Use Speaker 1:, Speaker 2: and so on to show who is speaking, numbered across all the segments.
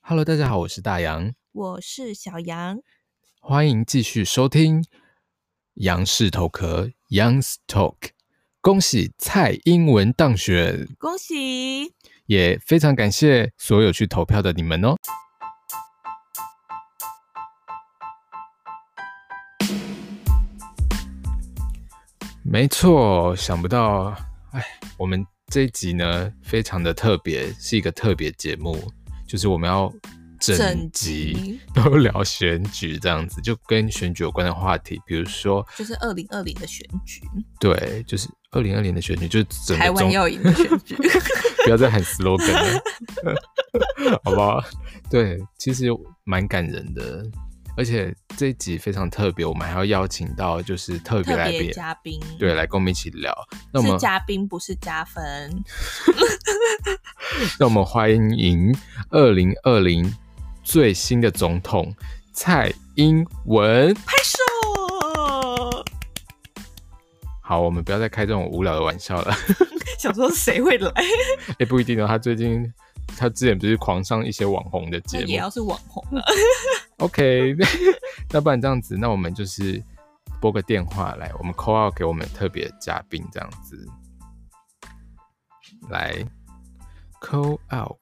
Speaker 1: Hello，大家好，我是大杨，
Speaker 2: 我是小杨。
Speaker 1: 欢迎继续收听《杨氏头壳 Young's Talk》。恭喜蔡英文当选，
Speaker 2: 恭喜！
Speaker 1: 也非常感谢所有去投票的你们哦。没错，想不到，哎，我们这一集呢，非常的特别，是一个特别节目，就是我们要整集都聊选举，这样子就跟选举有关的话题，比如说，
Speaker 2: 就是二零二零的选举，
Speaker 1: 对，就是二零二零的选举，就是整
Speaker 2: 台
Speaker 1: 个
Speaker 2: 湾
Speaker 1: 中，
Speaker 2: 要赢的选 举。
Speaker 1: 不要再喊 slogan 了，好不好？对，其实蛮感人的，而且这一集非常特别，我们还要邀请到就是特别
Speaker 2: 特
Speaker 1: 来
Speaker 2: 别
Speaker 1: 宾，
Speaker 2: 嘉宾，
Speaker 1: 对，，来跟我们一起聊。那我们
Speaker 2: 是嘉宾不是加分。
Speaker 1: 让我们欢迎二零二零最新的总统蔡英文。
Speaker 2: 拍手！
Speaker 1: 好，我们不要再开这种无聊的玩笑了。
Speaker 2: 想说谁会来？
Speaker 1: 也、不一定哦，他最近他之前不是狂上一些网红的
Speaker 2: 那
Speaker 1: 节
Speaker 2: 也
Speaker 1: 目
Speaker 2: 要是网红了。
Speaker 1: ？OK，那 不然这样子，那我们就是拨个电话来，我们 call out 给我们特别嘉宾这样子。来 call out。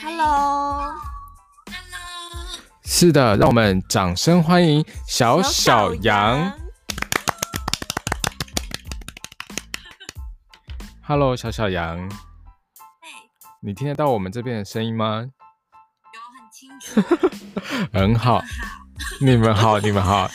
Speaker 2: Hello，
Speaker 1: 是的，让我们掌声欢迎小小羊。Hello，小小羊，
Speaker 3: 哎，
Speaker 1: 你听得到我们这边的声音吗？
Speaker 3: 有很清楚。
Speaker 1: 很嗯好，你们好，你们好。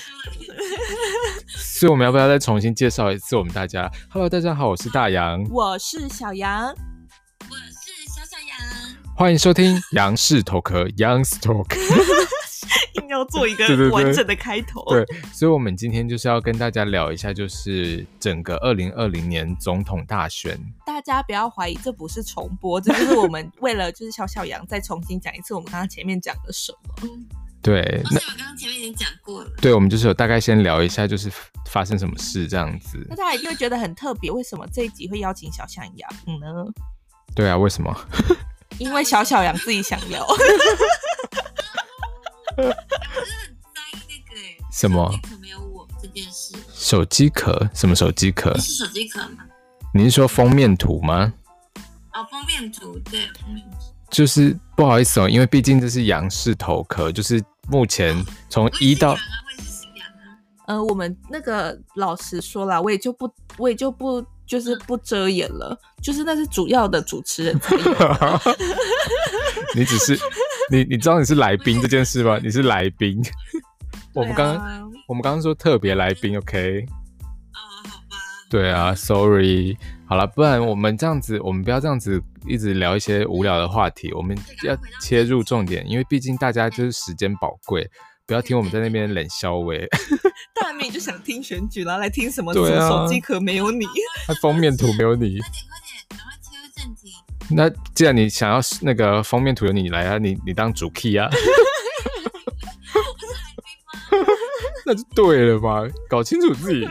Speaker 1: 所以我们要不要再重新介绍一次我们大家？Hello，大家好，我是大杨，
Speaker 2: 我是小杨，
Speaker 3: 我是小小羊，
Speaker 1: 欢迎收听杨氏头壳 Young's Talk。
Speaker 2: 硬要做一
Speaker 1: 对对
Speaker 2: 个
Speaker 1: 对
Speaker 2: 完整的开头。
Speaker 1: 对，所以我们今天就是要跟大家聊一下，就是整个二零二零年总统大选。
Speaker 2: 大家不要怀疑，这不是重播，这就是我们 为了就是小小羊再重新讲一次我们刚刚前面讲的什么。
Speaker 1: 对，
Speaker 3: 而
Speaker 1: 那
Speaker 3: 且我刚刚前面已经讲过了，
Speaker 1: 对我们就是有大概先聊一下，就是发生什么事这样子
Speaker 2: 那。大家一定会觉得很特别，为什么这一集会邀请小小羊呢？
Speaker 1: 对啊，为什么？
Speaker 2: 因为小小羊自己想要，
Speaker 3: 在意那个哎，
Speaker 1: 什么
Speaker 3: 手机壳没有我这件事，
Speaker 1: 手机壳？什么手机壳
Speaker 3: 你？是手机壳吗？
Speaker 1: 你是说封面图吗？
Speaker 3: 哦，封面图，对，封面图。
Speaker 1: 就是不好意思哦，因为毕竟这是杨氏头壳，就是目前从
Speaker 3: 我也
Speaker 1: 一
Speaker 3: 是羊
Speaker 1: 到
Speaker 3: 啊，我也是新羊啊，
Speaker 2: 呃，我们那个老实说啦，我也就不，我也就不，就是不遮掩了，就是那是主要的主持人才有
Speaker 1: 你只是你你知道你是来宾这件事吗？你是来 宾，我们刚刚、
Speaker 3: 啊
Speaker 1: 我们刚刚说特别来宾，OK？
Speaker 3: 哦，好吧，
Speaker 1: 对啊，Sorry，好了，不然我们这样子，我们不要这样子一直聊一些无聊的话题，我们
Speaker 3: 啊
Speaker 1: 要切入重点，因为毕竟大家就是时间宝贵，不要听我们在那边冷笑喂，
Speaker 2: 大明就想听选举啦，来听什么？
Speaker 1: 对啊
Speaker 2: 手机壳没有你，
Speaker 1: 它 封面图没有你。
Speaker 3: 快点快点，赶快切入正题。
Speaker 1: 那既然你想要那个封面图由你来啊，你你当主 key 啊，
Speaker 3: 我不是来宾吗？
Speaker 1: 那就对了嘛，搞清楚自己。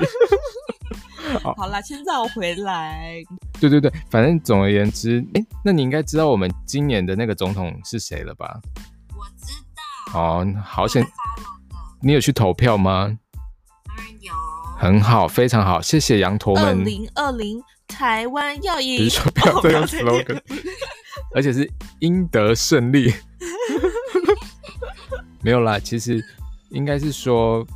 Speaker 2: 好啦，先绕回来。
Speaker 1: 对对对，反正总而言之，哎，那你应该知道我们今年的那个总统是谁了吧？
Speaker 3: 我知道，
Speaker 1: 哦，好
Speaker 3: 我
Speaker 1: 险，
Speaker 3: 发了的，
Speaker 1: 你有去投票吗？
Speaker 3: 当然有。
Speaker 1: 很好，非常好，谢谢羊驼
Speaker 2: 二
Speaker 1: 们。
Speaker 2: 零二零台湾要
Speaker 1: 比
Speaker 2: 赢，
Speaker 1: 如说不要再用
Speaker 2: 哦
Speaker 1: slogan，而且是应得胜利。 没有啦，其实应该是说，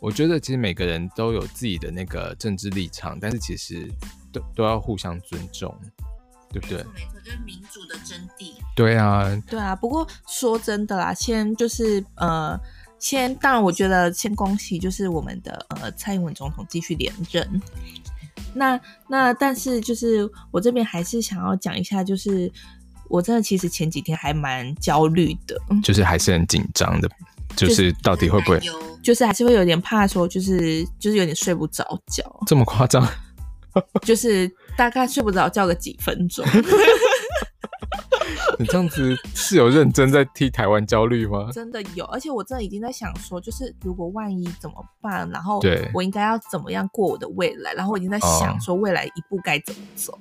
Speaker 1: 我觉得其实每个人都有自己的那个政治立场，但是其实都都要互相尊重，对不
Speaker 3: 没
Speaker 1: 对
Speaker 3: 错？没错，就是民主的真谛。
Speaker 1: 对啊，
Speaker 2: 对啊，不过说真的啦，先就是呃，先当然我觉得先恭喜，就是我们的呃蔡英文总统继续连任。那那但是就是我这边还是想要讲一下，就是我真的其实前几天还蛮焦虑的，
Speaker 1: 就是还是很紧张的，嗯就是到底会不会
Speaker 3: 担忧
Speaker 2: 就是还是会有点怕说，就是就是有点睡不着觉，
Speaker 1: 这么夸张？
Speaker 2: 就是大概睡不着觉个几分钟。
Speaker 1: 你这样子是有认真在替台湾焦虑吗？
Speaker 2: 真的有，而且我真的已经在想说，就是如果万一怎么办，然后
Speaker 1: 对哦
Speaker 2: 我应该要怎么样过我的未来，然后我已经在想说未来一步该怎么 走，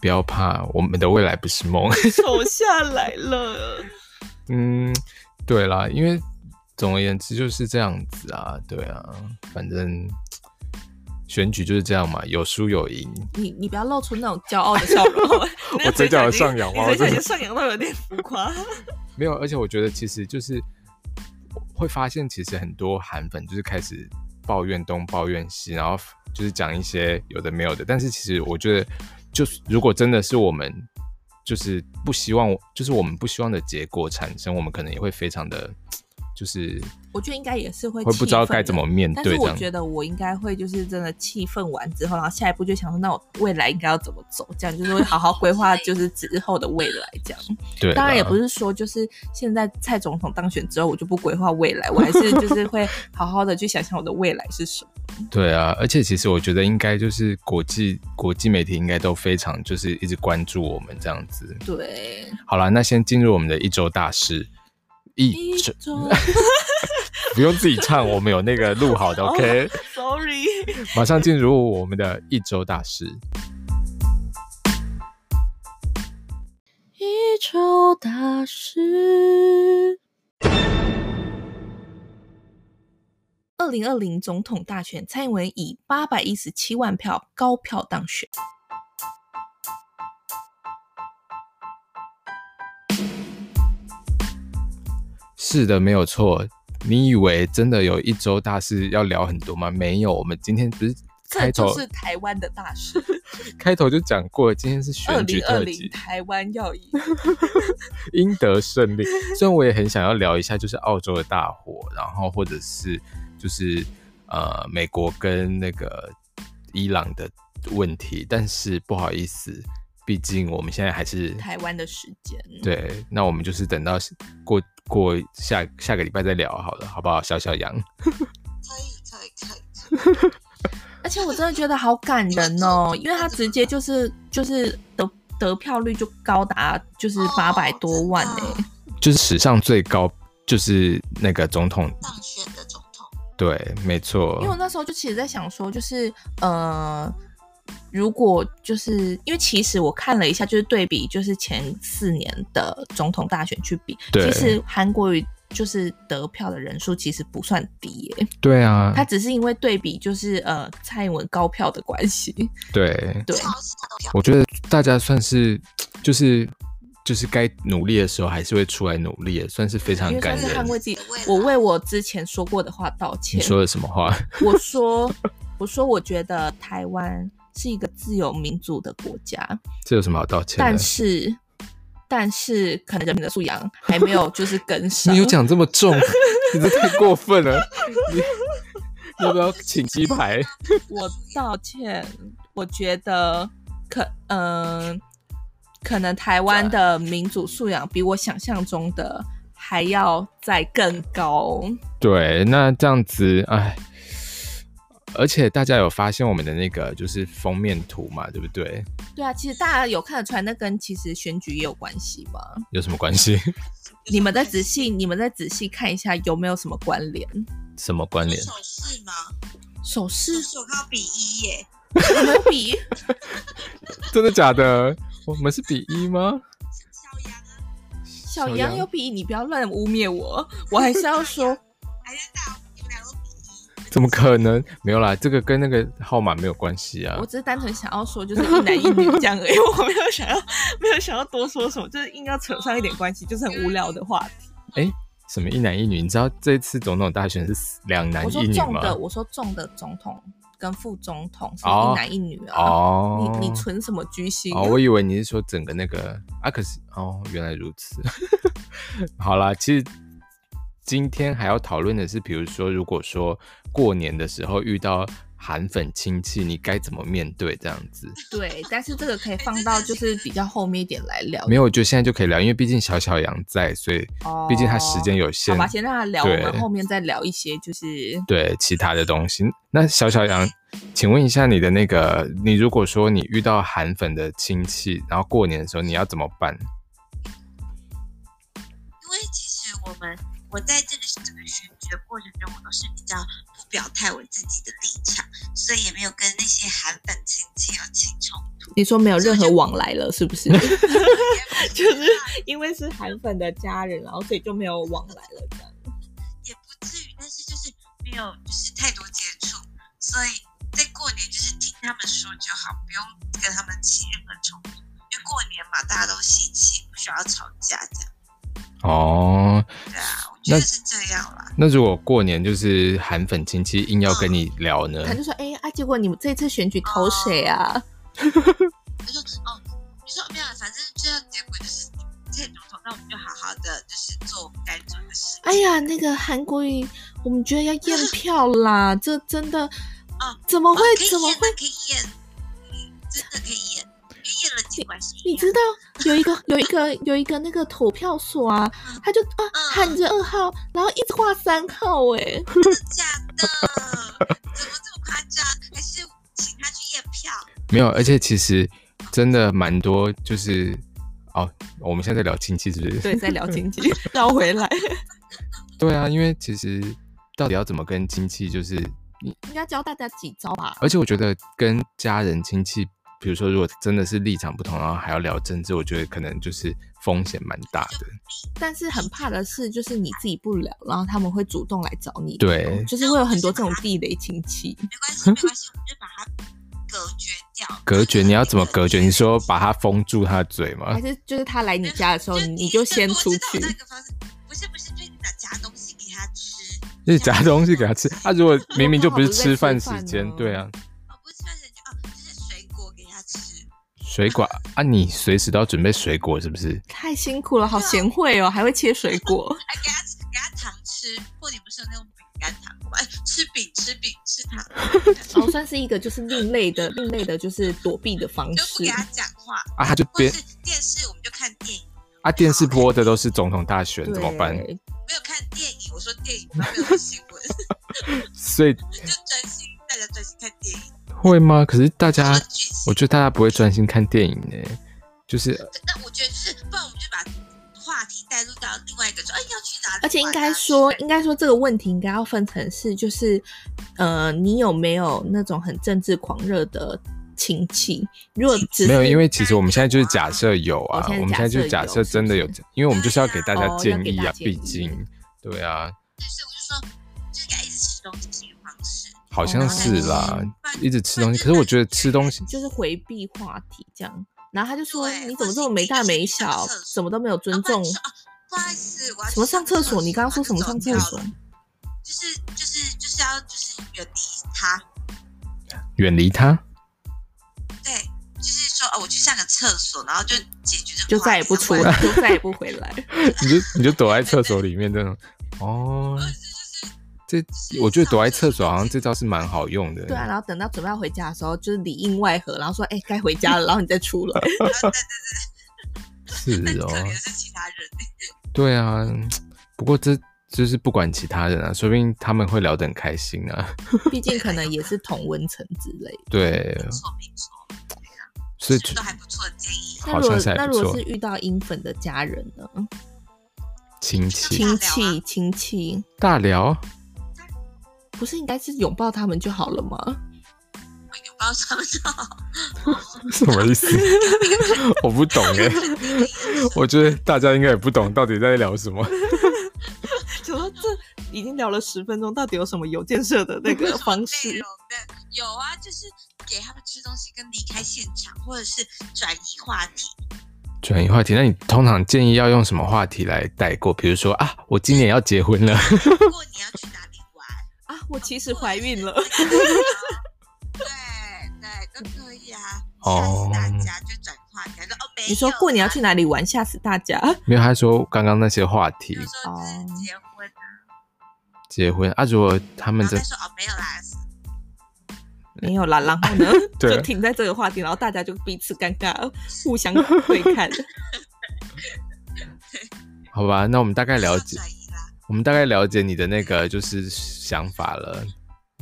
Speaker 1: 不要怕，我们的未来不是梦。
Speaker 2: 走下来了。
Speaker 1: 嗯，对啦，因为总而言之就是这样子啊，对啊，反正选举就是这样嘛，有输有赢。
Speaker 2: 你你不要露出那种骄傲的笑容， 那个
Speaker 1: 我嘴角有
Speaker 2: 已经
Speaker 1: 上扬吗
Speaker 2: 你
Speaker 1: 我
Speaker 2: 嘴角
Speaker 1: 真
Speaker 2: 已
Speaker 1: 的
Speaker 2: 经上扬到有点浮夸。
Speaker 1: 没有，而且我觉得其实就是会发现，其实很多韩粉就是开始抱怨东抱怨西，然后就是讲一些有的没有的。但是其实我觉得，就是如果真的是我们就是不希望，就是我们不希望的结果产生，我们可能也会非常的，就是
Speaker 2: 我觉得应该也是会
Speaker 1: 会不知道
Speaker 2: 气愤
Speaker 1: 该怎
Speaker 2: 的
Speaker 1: 么面
Speaker 2: 但
Speaker 1: 对
Speaker 2: 是
Speaker 1: 这
Speaker 2: 我
Speaker 1: 样。
Speaker 2: 觉得我应该会就是真的气愤完之后，然后下一步就想说，那我未来应该要怎么走？这样就是会好好规划，就是之后的未来这样。
Speaker 1: 对啦，
Speaker 2: 当然也不是说就是现在蔡总统当选之后我就不规划未来，我还是就是 会好好的去想想我的未来是什么。
Speaker 1: 对啊，而且其实我觉得应该就是国际国际媒体应该都非常就是一直关注我们这样子。
Speaker 2: 对，
Speaker 1: 好啦，那先进入我们的一周大事。一
Speaker 2: 一
Speaker 1: 周
Speaker 2: 周
Speaker 1: 不用自己唱，我们有那个录 好的，OK。
Speaker 2: 哦，sorry，
Speaker 1: 马上进入我们的一周大事。
Speaker 2: 一周大事。二零二零总统大选，蔡英文以八百一十七万票高票当选。
Speaker 1: 是的，没有错。你以为真的有一周大事要聊很多吗？没有，我们今天不是
Speaker 2: 这
Speaker 1: 开头
Speaker 2: 就是台湾的大事。
Speaker 1: 开头就讲过，今天是
Speaker 2: 二
Speaker 1: 选举
Speaker 2: 零二
Speaker 1: 特
Speaker 2: 零
Speaker 1: 辑，
Speaker 2: 台湾要赢，
Speaker 1: 应得胜利。虽然我也很想要聊一下，就是澳洲的大火，然后或者是就是呃美国跟那个伊朗的问题，但是不好意思，毕竟我们现在还是
Speaker 2: 台湾的时间。
Speaker 1: 对，那我们就是等到过过下下个礼拜再聊好了，好不好？小小羊，
Speaker 3: 可以可以可以，
Speaker 2: 而且我真的觉得好感人哦，因为他直接就是就是得得票率就高达就是八百多万哎、
Speaker 3: 哦哦真的
Speaker 1: 就是史上最高，就是那个总统，
Speaker 3: 当选的总统，
Speaker 1: 对，没
Speaker 2: 因为我
Speaker 1: 错，
Speaker 2: 那时候就其实在想说，就是呃，如果就是因为其实我看了一下，就是对比就是前四年的总统大选去比，
Speaker 1: 对
Speaker 2: 其实韩国瑜就是得票的人数其实不算低耶、
Speaker 1: 对啊，
Speaker 2: 他只是因为对比就是呃蔡英文高票的关系，
Speaker 1: 对，
Speaker 2: 对
Speaker 3: 超下都票，
Speaker 1: 我觉得大家算是就是就是该努力的时候还是会出来努力的，算是非
Speaker 2: 因
Speaker 1: 常
Speaker 2: 为
Speaker 1: 感
Speaker 2: 算是
Speaker 1: 人
Speaker 2: 捍。卫自己
Speaker 3: 未来。
Speaker 2: 我为我之前说过的话道歉
Speaker 1: 你。说的什么话？
Speaker 2: 我说，我说，我觉得台湾是一个自由民主的国家，
Speaker 1: 这有什么好道歉
Speaker 2: 但
Speaker 1: 的？
Speaker 2: 是，但是可能人民的素养还没有 就是跟上。
Speaker 1: 你有讲这么重，你这太过分了。 你要不要请鸡排？
Speaker 2: 我道歉，我觉得可嗯、可能台湾
Speaker 1: 啊
Speaker 2: 的民主素养比我想象中的还要再更高。
Speaker 1: 对，那这样子，哎，而且大家有发现我们的那个就是封面图嘛，对不对？
Speaker 2: 对啊，其实大家有看得出来，那跟其实选举也有关系吧？
Speaker 1: 有什么关系？
Speaker 2: 你们再仔细，你们再仔细看一下有没有什么关联？
Speaker 1: 什么关
Speaker 3: 有
Speaker 1: 联？
Speaker 3: 手势吗？
Speaker 2: 手势
Speaker 3: 手势我看到比一耶，
Speaker 2: 我们比
Speaker 1: 真的假的？我们是比一吗？
Speaker 3: 小羊啊，
Speaker 2: 小羊有比，你不要乱污蔑我，我还是要 说，
Speaker 3: 还是大王，你们俩都比一，
Speaker 1: 怎么可能？没有啦，这个跟那个号码没有关系啊
Speaker 2: 我。只是单纯想要说，就是一男一女这样而已， 我没有想要没有想要多说什么，就是硬要扯上一点关系，就是很无聊的话题。
Speaker 1: 什么一男一女？你知道这次总统大选是两男
Speaker 2: 我说
Speaker 1: 一女
Speaker 2: 中的，
Speaker 1: 吗？
Speaker 2: 我说中的总统跟副总统是
Speaker 1: 哦
Speaker 2: 一男一女啊，
Speaker 1: 哦，
Speaker 2: 你你存什么居心？
Speaker 1: 哦，我以为你是说整个那个啊，可是哦，原来如此。 好啦，其实今天还要讨论的是，比如说，如果说过年的时候遇到韩粉亲戚，你该怎么面对这样子？
Speaker 2: 对，但是这个可以放到就是比较后面一点来聊，
Speaker 1: 没有，我觉得现在就可以聊，因为毕竟小小羊在，所以
Speaker 2: 哦
Speaker 1: 毕竟他时间有
Speaker 2: 好
Speaker 1: 限。
Speaker 2: 吧，先让他聊，我们
Speaker 1: 对
Speaker 2: 后面再聊一些就是
Speaker 1: 对其他的东西。那小小羊，请问一下你的那个，你如果说你遇到韩粉的亲戚，然后过年的时候你要怎么办？
Speaker 3: 我们我在这个整个选举的过程中，我都是比较不表态我自己的立场，所以也没有跟那些韩粉亲戚有起冲突。
Speaker 2: 你说没有任何往来了，是不是？
Speaker 3: 就
Speaker 2: 就是因为是韩粉的家人，然后所以就没有往来了，这样。
Speaker 3: 也不至于，但是就是没有就是太多接触，所以在过年就是听他们说就好，不用跟他们起任何冲突，因为过年嘛，大家都喜气，不需要吵架这样。
Speaker 1: 哦，
Speaker 3: 对啊，我觉得是这样啦。
Speaker 1: 那如果过年就是韩粉亲戚硬要跟你聊呢？
Speaker 2: 他就说：“哎、啊，结果你们这次选举投谁啊？
Speaker 3: 他说哦，你说没有，反正这样结果就是蔡总统，那我们就好好的就是做该做的事。
Speaker 2: 哎呀，那个韩国瑜，我们觉得要验票啦，这真的
Speaker 3: 啊，
Speaker 2: 怎么会
Speaker 3: 哦可以
Speaker 2: 怎么
Speaker 3: 演
Speaker 2: 会
Speaker 3: 的？可以演，嗯，真的可以演，因为演了几管是一
Speaker 2: 你
Speaker 3: 样
Speaker 2: 知道有一个有一个有一个那个投票所啊，他就啊
Speaker 3: 嗯
Speaker 2: 喊着二号，然后一直画三号、哎，
Speaker 3: 真的假的？怎么这么夸张？还是请他去验票？
Speaker 1: 没有，而且其实真的蛮多，就是哦，我们现在在聊亲戚是不是？
Speaker 2: 对，在聊经 济，绕回来，
Speaker 1: 对啊，因为其实到底要怎么跟亲戚，就是
Speaker 2: 应该教大家几招吧。
Speaker 1: 而且我觉得跟家人亲戚，比如说如果真的是立场不同，然后还要聊政治，我觉得可能就是风险蛮大的。
Speaker 2: 但是很怕的是，就是你自己不聊，然后他们会主动来找你。
Speaker 1: 对
Speaker 2: 就是会有很多这种地雷亲戚。
Speaker 3: 没关系，没关系，我们就把它隔绝掉。
Speaker 1: 隔绝你要怎么隔绝？你说把它封住他的嘴
Speaker 2: 还
Speaker 1: 吗？
Speaker 2: 是就是他来你家的时候，
Speaker 3: 就
Speaker 2: 哦你就先出
Speaker 3: 我知道
Speaker 2: 去
Speaker 3: 我。那个方式不是不是，就是你拿夹东西给他吃，
Speaker 1: 就是夹东西给他吃，他、 如果明明就不是吃饭时
Speaker 2: 我
Speaker 1: 间
Speaker 2: 怕，我在吃饭哦
Speaker 1: 对啊，
Speaker 3: 哦，不是饭人就哦，就是水果给他吃。
Speaker 1: 水果啊，你随时都要准备水果是不是？
Speaker 2: 太辛苦了，好
Speaker 3: 啊
Speaker 2: 贤惠哦，还 会切水 果。
Speaker 3: 还哎给他给他糖吃，或你不是有那种饼干糖吗？哎吃饼吃饼吃糖，
Speaker 1: 嗯
Speaker 2: 然哦后算是一个就是另类的、另类的，就是躲避的方
Speaker 3: 就不
Speaker 2: 式
Speaker 3: 给。他讲话，
Speaker 1: 啊，他就
Speaker 3: 或
Speaker 1: 边
Speaker 3: 是电视我们就看电影，
Speaker 1: 啊电视播的都是总统大选，
Speaker 2: 对，
Speaker 1: 怎么办？
Speaker 3: 没有看电影，我说电影，我们没有看新闻，
Speaker 1: 所以
Speaker 3: 就专心大家专心看电影。
Speaker 1: 会吗？可是大
Speaker 3: 然
Speaker 1: 家
Speaker 3: 后，剧情
Speaker 1: 我觉得大家不会专心看电影呢、就是
Speaker 3: 那我觉得就是，不然我们就把话题带入到另外一个说，哎，要去哪里玩啊？
Speaker 2: 而且应该说，
Speaker 3: 去哪里
Speaker 2: 应该说这个问题应该要分成是，就是，呃，你有没有那种很政治狂热的亲戚？如果只是
Speaker 1: 没有，因为其实我们现在就是假设有啊，
Speaker 2: 哦
Speaker 1: 我
Speaker 2: 现在
Speaker 1: 们现在就是假设真的有，
Speaker 2: 假设
Speaker 1: 因为我们就是要给大家建
Speaker 2: 哦要给
Speaker 1: 议
Speaker 2: 大
Speaker 1: 啊
Speaker 2: 家，建议
Speaker 1: 毕竟，对啊，
Speaker 3: 所以我就说，就是给他一直吃东西的方式。
Speaker 1: 好像是啦
Speaker 3: 哦，
Speaker 1: 一直吃东西。可是我觉得吃东西，
Speaker 2: 就是回避话题这样。然后他就说：“
Speaker 3: 对
Speaker 2: 你怎么这么没大没小
Speaker 3: 或是你就是上厕，所
Speaker 2: 怎么都没有尊重
Speaker 3: 啊不然就？说啊不好意思，我要去
Speaker 2: 什么上厕所？你刚刚说什么上厕
Speaker 3: 然后就走
Speaker 2: 所
Speaker 3: 掉了？就是就是就是要就是远离他，
Speaker 1: 远离 它。
Speaker 3: 对，就是说哦，我去上个厕所，然后就解决这个
Speaker 2: 就
Speaker 3: 话题
Speaker 2: 再也不 出来，就再也不回来。
Speaker 1: 你就你就躲在厕所里面这种。哦，这我觉得躲在厕所好像这招是蛮好用的。
Speaker 2: 对啊，然后等到准备要回家的时候，就是里应外合，然后说：‘哎、该回家了’，然后你再出 来。
Speaker 1: 是
Speaker 3: 但
Speaker 1: 哦
Speaker 3: 可，怜是其他人，
Speaker 1: 对啊。不过这就是不管其他人啊，说不定他们会聊得很开心啊。
Speaker 2: 毕竟可能也是同温层之类的。
Speaker 1: 对，啊
Speaker 3: 没错没错，
Speaker 1: 所以
Speaker 3: 这都还不错的建议。
Speaker 2: 那
Speaker 1: 好
Speaker 2: 如果
Speaker 1: 像是
Speaker 2: 那
Speaker 1: 还不
Speaker 2: 如果
Speaker 1: 错
Speaker 2: 是。遇到英粉的家人呢？
Speaker 1: 亲戚
Speaker 3: 大聊
Speaker 2: 亲
Speaker 3: 啊
Speaker 2: 戚亲戚，
Speaker 1: 大聊，啊
Speaker 2: 不是应该是拥抱他们就好了 吗？
Speaker 3: 我拥抱上到，
Speaker 1: 什么 意思？我不懂哎、我觉得大家应该也不懂到底在聊什么。
Speaker 2: 怎么这已经聊了十分钟，到底有什么有建设的那个方
Speaker 3: 内
Speaker 2: 式
Speaker 3: 容？的有啊，就是给他们吃东西跟离开现场，或者是转移话题。
Speaker 1: 转移话题，那你通常建议要用什么话题来带过？比如说啊，我今年要结婚了，
Speaker 3: 过年要去哪里玩？
Speaker 2: 啊，我 其实怀孕了
Speaker 3: 对。 对，都可以啊。吓死大家就转化起来，说哦没有。
Speaker 2: 你说过年要去？哪里玩，吓死大家？
Speaker 1: 没有，他说刚刚那些话题
Speaker 3: 比如，说
Speaker 1: 哦
Speaker 3: 就是结婚啊，
Speaker 1: 结婚啊，如果他们
Speaker 3: 然后
Speaker 1: 在
Speaker 3: 再说哦没有啦，是
Speaker 2: 没有啦，然后 呢，
Speaker 1: 对
Speaker 2: 就停在这个话题，然后大家就彼此尴尬，互 相对看。
Speaker 1: 好吧，那我们大概了解，
Speaker 3: 转移啦。
Speaker 1: 我们大概了解你的那个就是想法了。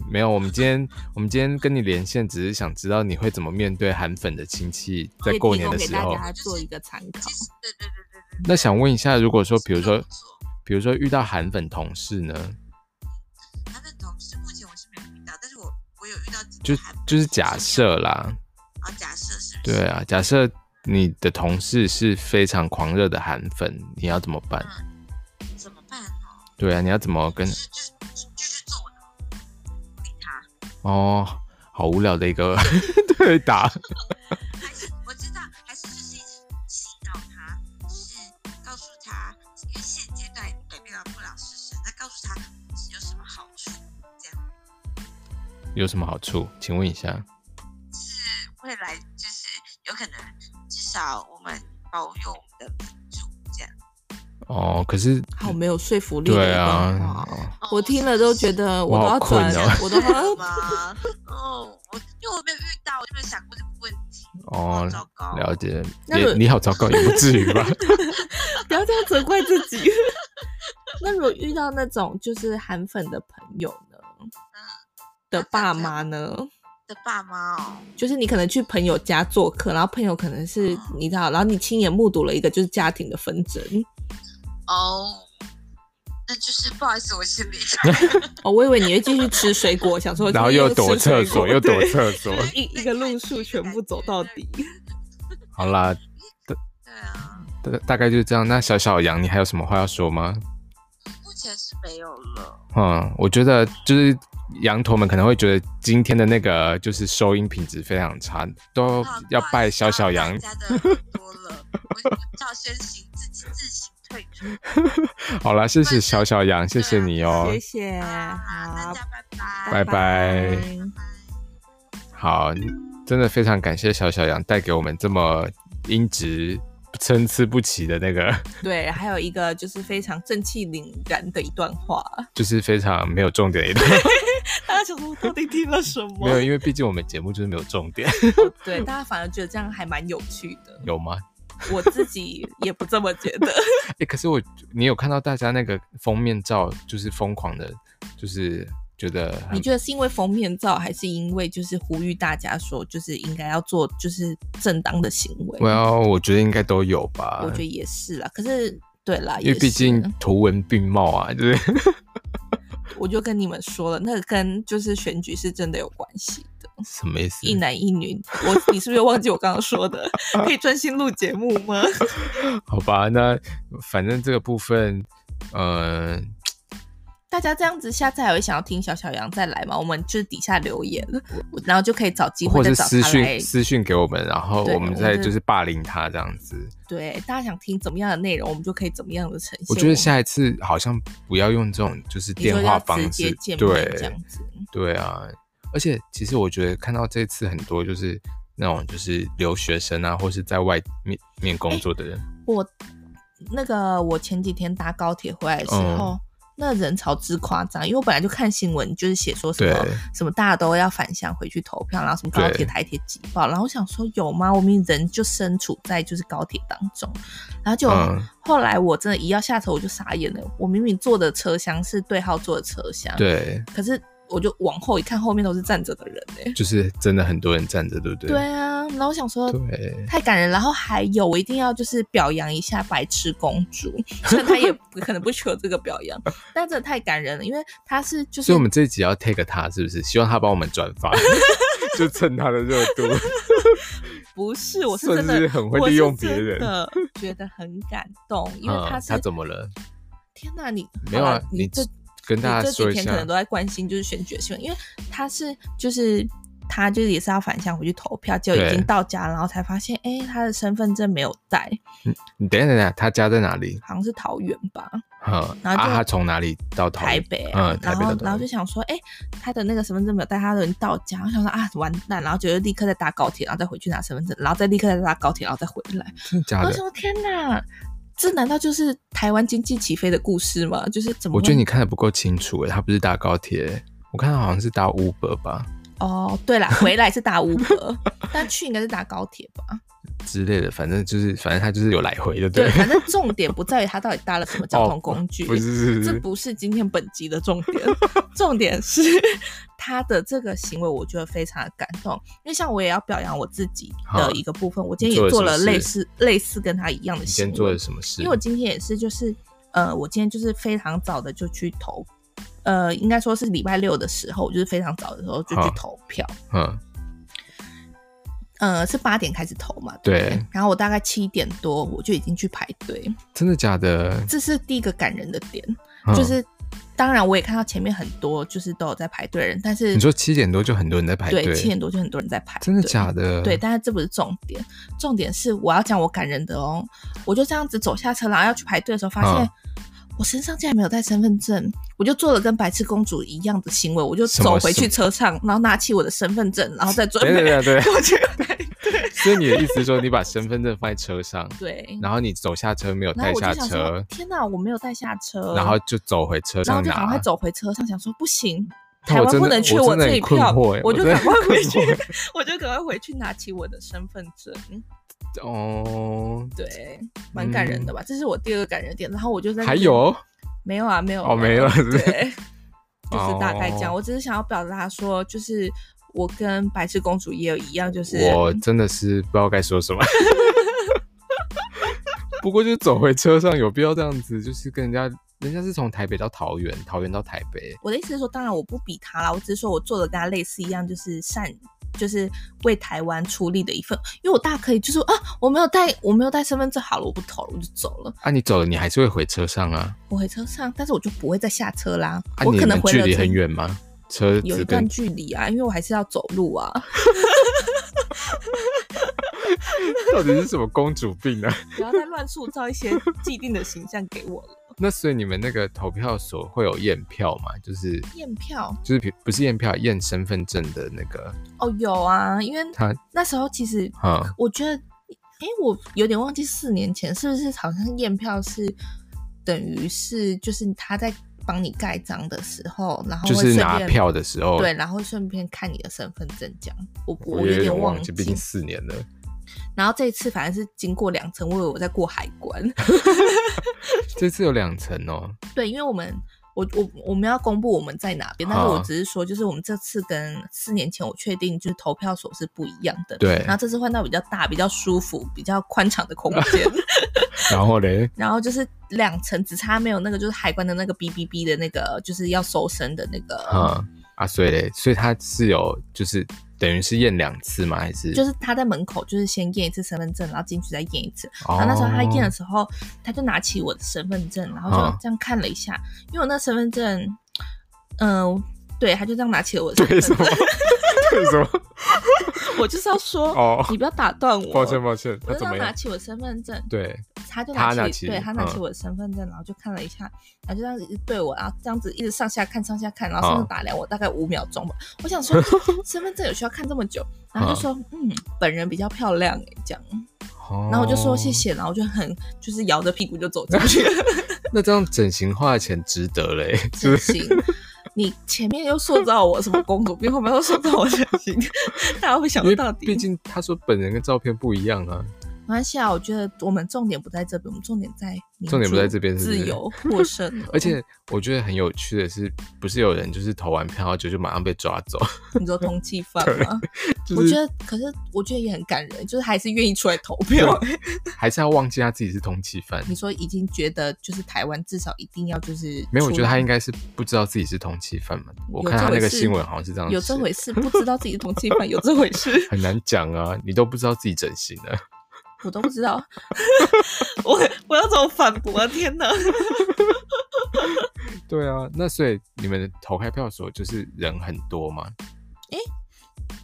Speaker 1: 没有，我们今天我们今天跟你连线，只是想知道你会怎么面对韩粉的亲戚，在过年的时
Speaker 2: 可以提供
Speaker 1: 候
Speaker 2: 给大。家做一个参考
Speaker 3: 其。实对对对对对。
Speaker 1: 那想问一下，如果说比如说
Speaker 3: 不错
Speaker 1: 比比如说遇到韩粉同事呢，
Speaker 3: 韩粉同事目前我是没有遇到，但是我我有遇到几个
Speaker 1: 就
Speaker 3: 韩粉
Speaker 1: 就是
Speaker 3: 同事
Speaker 1: 假设啦，
Speaker 3: 啊，假设是不是
Speaker 1: 对啊，假设你的同事是非常狂热的韩粉，你要怎么办？
Speaker 3: 怎么办呢？
Speaker 1: 对啊，你要怎么跟
Speaker 3: 就是就是就是做我的，不理他。
Speaker 1: 哦，好无聊的一个 对答。
Speaker 3: 还是我知道，还是就是一直洗脑他，就是告诉他，因为现阶段已经改变了不了事实，那告诉他有什么好处，这样
Speaker 1: 有什么好处？请问一下。
Speaker 3: 是未来就是有可能，至少我们保有我们的民主，这样。
Speaker 1: 哦，可是
Speaker 2: 好没有说服力的
Speaker 1: 对
Speaker 2: 一段
Speaker 1: 啊
Speaker 2: 话。，
Speaker 3: 哦
Speaker 2: 我听了都觉得我都要转，
Speaker 1: 我好
Speaker 2: 我 都要
Speaker 3: 吗？哦，我哦因为我没有遇到，我就没有想过这个问题，好
Speaker 1: 哦，
Speaker 3: 糟糕。
Speaker 1: 了解。
Speaker 2: 那
Speaker 1: 也
Speaker 2: 个
Speaker 1: 你好糟糕，也不至于吧？
Speaker 2: 不要这样责怪自己。 那如果遇到那种就是韩粉的朋友呢？
Speaker 3: 嗯
Speaker 2: 的爸妈呢？
Speaker 3: 的爸妈哦，
Speaker 2: 就是你可能去朋友家做客，然后朋友可能是你知道，然后你亲眼目睹了一个就是家庭的纷争。
Speaker 3: 哦，那就是不好意思，我先离 开。
Speaker 2: 哦，我以为你会继续吃水果，想说
Speaker 1: 然后又躲厕所，又躲
Speaker 2: 厕
Speaker 1: 厕所。
Speaker 2: 一一个路数全部走到底。
Speaker 1: 好啦，
Speaker 3: 对啊，
Speaker 1: 大大概就是这样。那小小羊，你还有什么话要说吗？
Speaker 3: 目前是没有了。
Speaker 1: 嗯，我觉得就是羊驼们可能会觉得今天的那个就是收音品质非常差，都
Speaker 3: 那
Speaker 1: 哦要
Speaker 3: 不好
Speaker 1: 拜
Speaker 3: 意思
Speaker 1: 小
Speaker 3: 啊
Speaker 1: 小羊。
Speaker 3: 大家的耳朵了，我我照先行自己自行退出。
Speaker 1: 好啦，谢谢小小羊，谢谢你哦
Speaker 2: 谢。谢，
Speaker 3: 啊好，大
Speaker 2: 好，
Speaker 3: 家拜拜。
Speaker 1: 拜拜好，真的非常感谢小小羊带给我们这么音质参差不齐的那个，
Speaker 2: 对，还有一个就是非常正气凛然的一段话，
Speaker 1: 就是非常没有重点的一 段。
Speaker 2: 大家想说我到底听了什
Speaker 1: 没有，
Speaker 2: 么？
Speaker 1: 因为毕竟我们节目就是没有重点，
Speaker 2: 对，大家反而觉得这样还蛮有趣的。
Speaker 1: 有吗？
Speaker 2: 我自己也不这么觉 得。
Speaker 1: 哎、可是我你有看到大家那个封面照，就是疯狂的，就是觉得
Speaker 2: 你
Speaker 1: 很
Speaker 2: 觉得是因为封面照，还是因为就是呼吁大家说，就是应该要做就是正当的行为？
Speaker 1: ，Well，我觉得应该都有吧。
Speaker 2: 我觉得也是啦。可是对啦，
Speaker 1: 因为
Speaker 2: 也
Speaker 1: 毕
Speaker 2: 是
Speaker 1: 竟图文并茂啊， 就是
Speaker 2: 我就跟你们说了，那个跟就是选举是真的有关系的。
Speaker 1: 什么意思？
Speaker 2: 一男一女，我你是不是又忘记我刚刚 说的？可以专心录节目吗？
Speaker 1: 好吧，那反正这个部分，呃，
Speaker 2: 大家这样子，下次还会想要听小小羊再来吗？我们就是底下留言，然后就可以找机
Speaker 1: 或
Speaker 2: 会再
Speaker 1: 者
Speaker 2: 找
Speaker 1: 私
Speaker 2: 他来
Speaker 1: 讯。私讯给我们，然后
Speaker 2: 对
Speaker 1: 我们
Speaker 2: 我
Speaker 1: 再
Speaker 2: 就
Speaker 1: 就是霸凌他这样子。
Speaker 2: 对，大家想听怎么样的内容，我们就可以怎么样的呈现。
Speaker 1: 我觉得下一次好像不要用这种就是
Speaker 2: 你
Speaker 1: 电
Speaker 2: 说
Speaker 1: 话
Speaker 2: 要
Speaker 1: 方
Speaker 2: 直接
Speaker 1: 式，
Speaker 2: 见面这
Speaker 1: 对
Speaker 2: 样子。
Speaker 1: 对啊。而且其实我觉得看到这次很多就是那种就是留学生啊，或是在外面面工作的人，
Speaker 2: 我那个我前几天搭高铁回来的时候，
Speaker 1: 嗯
Speaker 2: 那人潮之夸张，因为我本来就看新闻，就是写说什么
Speaker 1: 对
Speaker 2: 什么大家都要返乡回去投票，然后什么高
Speaker 1: 对
Speaker 2: 铁、台铁挤爆，然后我想说有吗？我们人就身处在就是高铁当中，然后就、
Speaker 1: 嗯
Speaker 2: 后来我真的一要下车我就傻眼了，我明明坐的车厢是对号坐的车厢，，
Speaker 1: 对，
Speaker 2: 可是我就往后一看，后面都是站着的人哎、
Speaker 1: 就是真的很多人站着，对不对？
Speaker 2: 对啊，然后我想说，
Speaker 1: 对
Speaker 2: 太感人。然后还有，我一定要就是表扬一下白痴公主，虽然 她也不可能不求这个表扬，但真的太感人了，因为她是就是
Speaker 1: 所以我们这一集要 take 他，是不是？希望他帮我们转 发，就蹭他的热度。
Speaker 2: 不是，我是
Speaker 1: 算
Speaker 2: 真的
Speaker 1: 是很会利用别
Speaker 2: 我是真
Speaker 1: 人
Speaker 2: 的觉得很感动，因为她
Speaker 1: 嗯
Speaker 2: 是、
Speaker 1: 他怎么了？
Speaker 2: 天哪，你
Speaker 1: 没有啊
Speaker 2: 好啦，
Speaker 1: 你
Speaker 2: 这
Speaker 1: 跟大家
Speaker 2: 你这
Speaker 1: 说
Speaker 2: 几
Speaker 1: 一
Speaker 2: 天可
Speaker 1: 下
Speaker 2: 能。都在关心就是选举的新闻，因为他是就是他就是也是要返乡回去投票，结果已
Speaker 1: 对
Speaker 2: 经到家，然后才发现哎、他的身份证没有带，
Speaker 1: 你等一下，等一下，他家在哪里？
Speaker 2: 好像是桃园吧，
Speaker 1: 嗯，
Speaker 2: 然
Speaker 1: 啊，
Speaker 2: 后就
Speaker 1: 他从哪里到桃
Speaker 2: 台北啊、
Speaker 1: 嗯，台
Speaker 2: 然
Speaker 1: 北到
Speaker 2: 后
Speaker 1: 桃
Speaker 2: 然后就
Speaker 1: 园
Speaker 2: 想说，哎、他的那个身份证没有带，他的人到家，我想说啊，完蛋，然后就立刻再搭高铁，然后再回去拿身份证，然后再立刻再搭高铁，然后再回来。
Speaker 1: 真的假
Speaker 2: 我
Speaker 1: 的？
Speaker 2: 想哦天哪，这难道就是台湾经济起飞的故事吗？就是怎么会？
Speaker 1: 我觉得你看的不够清楚欸诶，他不是搭高铁，我看他好像是搭 Uber 吧
Speaker 2: 哦，对啦，回来是搭五 b 但去应该是搭高铁吧？
Speaker 1: 之类的，反正就是，反正他就是有来回的，
Speaker 2: 对，
Speaker 1: 不
Speaker 2: 反正重点不在于他到底搭了什么交通工具，
Speaker 1: 哦不是是
Speaker 2: 这
Speaker 1: 是，
Speaker 2: 不是今天本集的重点， 重点是他的这个行为，我觉得非常的感动。因为像我也要表扬我自己的一个部分，我今天也做了类似类似跟他一样的
Speaker 1: 你
Speaker 2: 行
Speaker 1: 今
Speaker 2: 为，
Speaker 1: 天做了什么事？
Speaker 2: 因为我今天也是就是。呃，我今天就是非常早的就去投，呃，应该说是礼拜六的时候，就是非常早的时候就去
Speaker 1: 好
Speaker 2: 投票，
Speaker 1: 嗯，
Speaker 2: 呃，是八点开始投嘛，对不对
Speaker 1: 对，
Speaker 2: 然后我大概七点多我就已经去排队，
Speaker 1: 真的假的？
Speaker 2: 这是第一个感人的点，
Speaker 1: 嗯
Speaker 2: 就是当然我也看到前面很多就是都有在排队的人，但是
Speaker 1: 你说七点多就很多人在排队，
Speaker 2: 对七点多就很多人在排队，
Speaker 1: 真的假的？
Speaker 2: 对，，但是这不是重点，重点是我要讲我感人的哦。我就这样子走下车，然后要去排队的时候，发现
Speaker 1: 嗯
Speaker 2: 我身上竟然没有带身份证，我就做了跟白痴公主一样的行为，我就
Speaker 1: 什么
Speaker 2: 走回
Speaker 1: 什
Speaker 2: 去
Speaker 1: 么
Speaker 2: 车上，然后拿起我的身份证，然后再准
Speaker 1: 对对
Speaker 2: 备
Speaker 1: 对对。
Speaker 2: 过 去排队。
Speaker 1: 所以你的意思是说，你把身份证放在车上，
Speaker 2: 对，
Speaker 1: 然后你走下车没有
Speaker 2: 然
Speaker 1: 带
Speaker 2: 后我
Speaker 1: 下
Speaker 2: 就想说
Speaker 1: 车，，
Speaker 2: 天哪，我没有带下车，
Speaker 1: 然后就走回车
Speaker 2: 然后
Speaker 1: 上
Speaker 2: 就赶快
Speaker 1: 拿。
Speaker 2: 走回车上，想说不行。
Speaker 1: 但
Speaker 2: 台
Speaker 1: 我
Speaker 2: 湾
Speaker 1: 真
Speaker 2: 不
Speaker 1: 的
Speaker 2: 能缺
Speaker 1: 我真的
Speaker 2: 这
Speaker 1: 很
Speaker 2: 一
Speaker 1: 困
Speaker 2: 票，
Speaker 1: 惑欸我
Speaker 2: 就
Speaker 1: 真的
Speaker 2: 赶快
Speaker 1: 很
Speaker 2: 回
Speaker 1: 困
Speaker 2: 去
Speaker 1: 惑，
Speaker 2: 我就赶快回去拿起我的身份证。
Speaker 1: 哦，
Speaker 2: 对，蛮感人的吧？这是我第二个感人点。然后我就在那
Speaker 1: 嗯还
Speaker 2: 边
Speaker 1: 有
Speaker 2: 没有啊？没有
Speaker 1: 哦没有是不是
Speaker 2: 对， 就是大概这样。
Speaker 1: 哦
Speaker 2: 我只是想要表达说，就是我跟白痴公主也有一样，就是
Speaker 1: 我真的是不知道该说 什么。不过就是走回车上，有必要这样子？就是跟人家，人家是从台北到桃园，桃园到台北，
Speaker 2: 我的意思是说，当然我不比她啦，我只是说我做的跟她类似一样，就是善。就是为台湾出力的一份，因为我大可以就是啊，我没有带，我没有带身份证，好了，我不投了，我就走了。
Speaker 1: 啊，你走了，你还是会回车上啊。
Speaker 2: 我回车上，但是我就不会再下车啦。
Speaker 1: 啊，
Speaker 2: 我
Speaker 1: 你
Speaker 2: 可能
Speaker 1: 们
Speaker 2: 回
Speaker 1: 距
Speaker 2: 了
Speaker 1: 离
Speaker 2: 车
Speaker 1: 很远吗？车
Speaker 2: 有
Speaker 1: 子
Speaker 2: 一段
Speaker 1: 跟
Speaker 2: 距离啊，因为我还是要走路啊。
Speaker 1: 到底是什么公主病啊？
Speaker 2: 不要再乱塑造一些既定的形象给我了。
Speaker 1: 那所以你们那个投票所会有验票吗？就是
Speaker 2: 验票
Speaker 1: 就是比不是验票，验身份证的那个
Speaker 2: 哦，有啊，因为
Speaker 1: 他
Speaker 2: 那时候其实
Speaker 1: 啊、
Speaker 2: 我觉得，诶，我有点忘记四年前是不是好像验票是等于是就是他在帮你盖章的时候，然后
Speaker 1: 就
Speaker 2: 会
Speaker 1: 是
Speaker 2: 顺
Speaker 1: 拿
Speaker 2: 哦便
Speaker 1: 票的时候，
Speaker 2: 对，，然后顺便看你的身份证这样。我
Speaker 1: 我
Speaker 2: 有
Speaker 1: 有
Speaker 2: 点
Speaker 1: 忘
Speaker 2: 记
Speaker 1: 毕，竟四年了。
Speaker 2: 然后这一次反正是经过两层，我以为我在过海关。
Speaker 1: 这次有两层哦，
Speaker 2: 对，因为我们我我我们要公布我们在哪边，但是
Speaker 1: 好
Speaker 2: 我只是说，就是我们这次跟四年前我确定就是投票所是不一样的，
Speaker 1: 对
Speaker 2: 然后这次换到比较大、比较舒服、比较宽敞的空 间，
Speaker 1: 然后嘞，
Speaker 2: 然后就是两层，只差没有那个就是海关的那个哔哔哔的那个，就是要搜身的那个，
Speaker 1: 啊、啊，所以嘞，所以他是有就是等于是验两次吗？还是
Speaker 2: 就是他在门口就是先验一次身份证，然后进去再验一次，
Speaker 1: 哦
Speaker 2: 然后啊那时候他验的时候，他就拿起我的身份证，然后就
Speaker 1: 嗯
Speaker 2: 这样看了一下，因为我那身份证，嗯、对，他就这样拿起了我的身
Speaker 1: 对
Speaker 2: 份
Speaker 1: 什
Speaker 2: 证
Speaker 1: 么， 对什么？
Speaker 2: 我就是要说，
Speaker 1: 哦
Speaker 2: 你不要打断我。
Speaker 1: 抱歉抱歉，
Speaker 2: 我
Speaker 1: 他
Speaker 2: 就
Speaker 1: 怎
Speaker 2: 让
Speaker 1: 么
Speaker 2: 他拿
Speaker 1: 样？
Speaker 2: 起我身份证，
Speaker 1: 对，
Speaker 2: 他就
Speaker 1: 他拿
Speaker 2: 起，
Speaker 1: 起
Speaker 2: 对他拿起
Speaker 1: 嗯
Speaker 2: 我的身份证，然后就看了一下，然后就这样子一直对我，然后这样子一直上下看，上下看，然后上下
Speaker 1: 嗯
Speaker 2: 打量我大概五秒钟吧。我 想说，身份证有需要看这么久？然后就说，嗯，本人比较漂亮诶，这样。
Speaker 1: 然
Speaker 2: 然后我就
Speaker 1: 哦
Speaker 2: 说谢。谢，然后就很就是摇着屁股就走进去了。
Speaker 1: 那这样整形花的钱值得嘞，就
Speaker 2: 真
Speaker 1: 是
Speaker 2: 心，你前面又塑造我什么公主病，后面又塑造我真心， 大家会想
Speaker 1: 因为
Speaker 2: 到底。
Speaker 1: 毕竟他说本人跟照片不一样啊。
Speaker 2: 没关系啊，我觉得我们重点不在这边，我们重点在民主
Speaker 1: 重点不在这边是不是
Speaker 2: 自由获胜 了。
Speaker 1: 而且我觉得很有趣的是，不是有人就是投完票就就马上被抓走，
Speaker 2: 你说通缉犯吗？
Speaker 1: 就是
Speaker 2: 我觉得，可是我觉得也很感人，就是还是愿意出来投票。
Speaker 1: 还是要忘记他自己是通缉犯。
Speaker 2: 你说已经觉得就是台湾至少一定要就是
Speaker 1: 没有，我
Speaker 2: 出
Speaker 1: 觉得他
Speaker 2: 来
Speaker 1: 应该是不知道自己是通缉犯嘛。我
Speaker 2: 有
Speaker 1: 看
Speaker 2: 这
Speaker 1: 他那
Speaker 2: 回
Speaker 1: 个
Speaker 2: 事
Speaker 1: 新闻好像是这样，
Speaker 2: 有这回事，不知道自己是通缉犯，有这回事。
Speaker 1: 很难讲啊，你都不知道自己整形了。
Speaker 2: 我都不知道， 我我要怎么反驳？啊天哪！
Speaker 1: 对啊，那所以你们投开票所就是人很多嘛？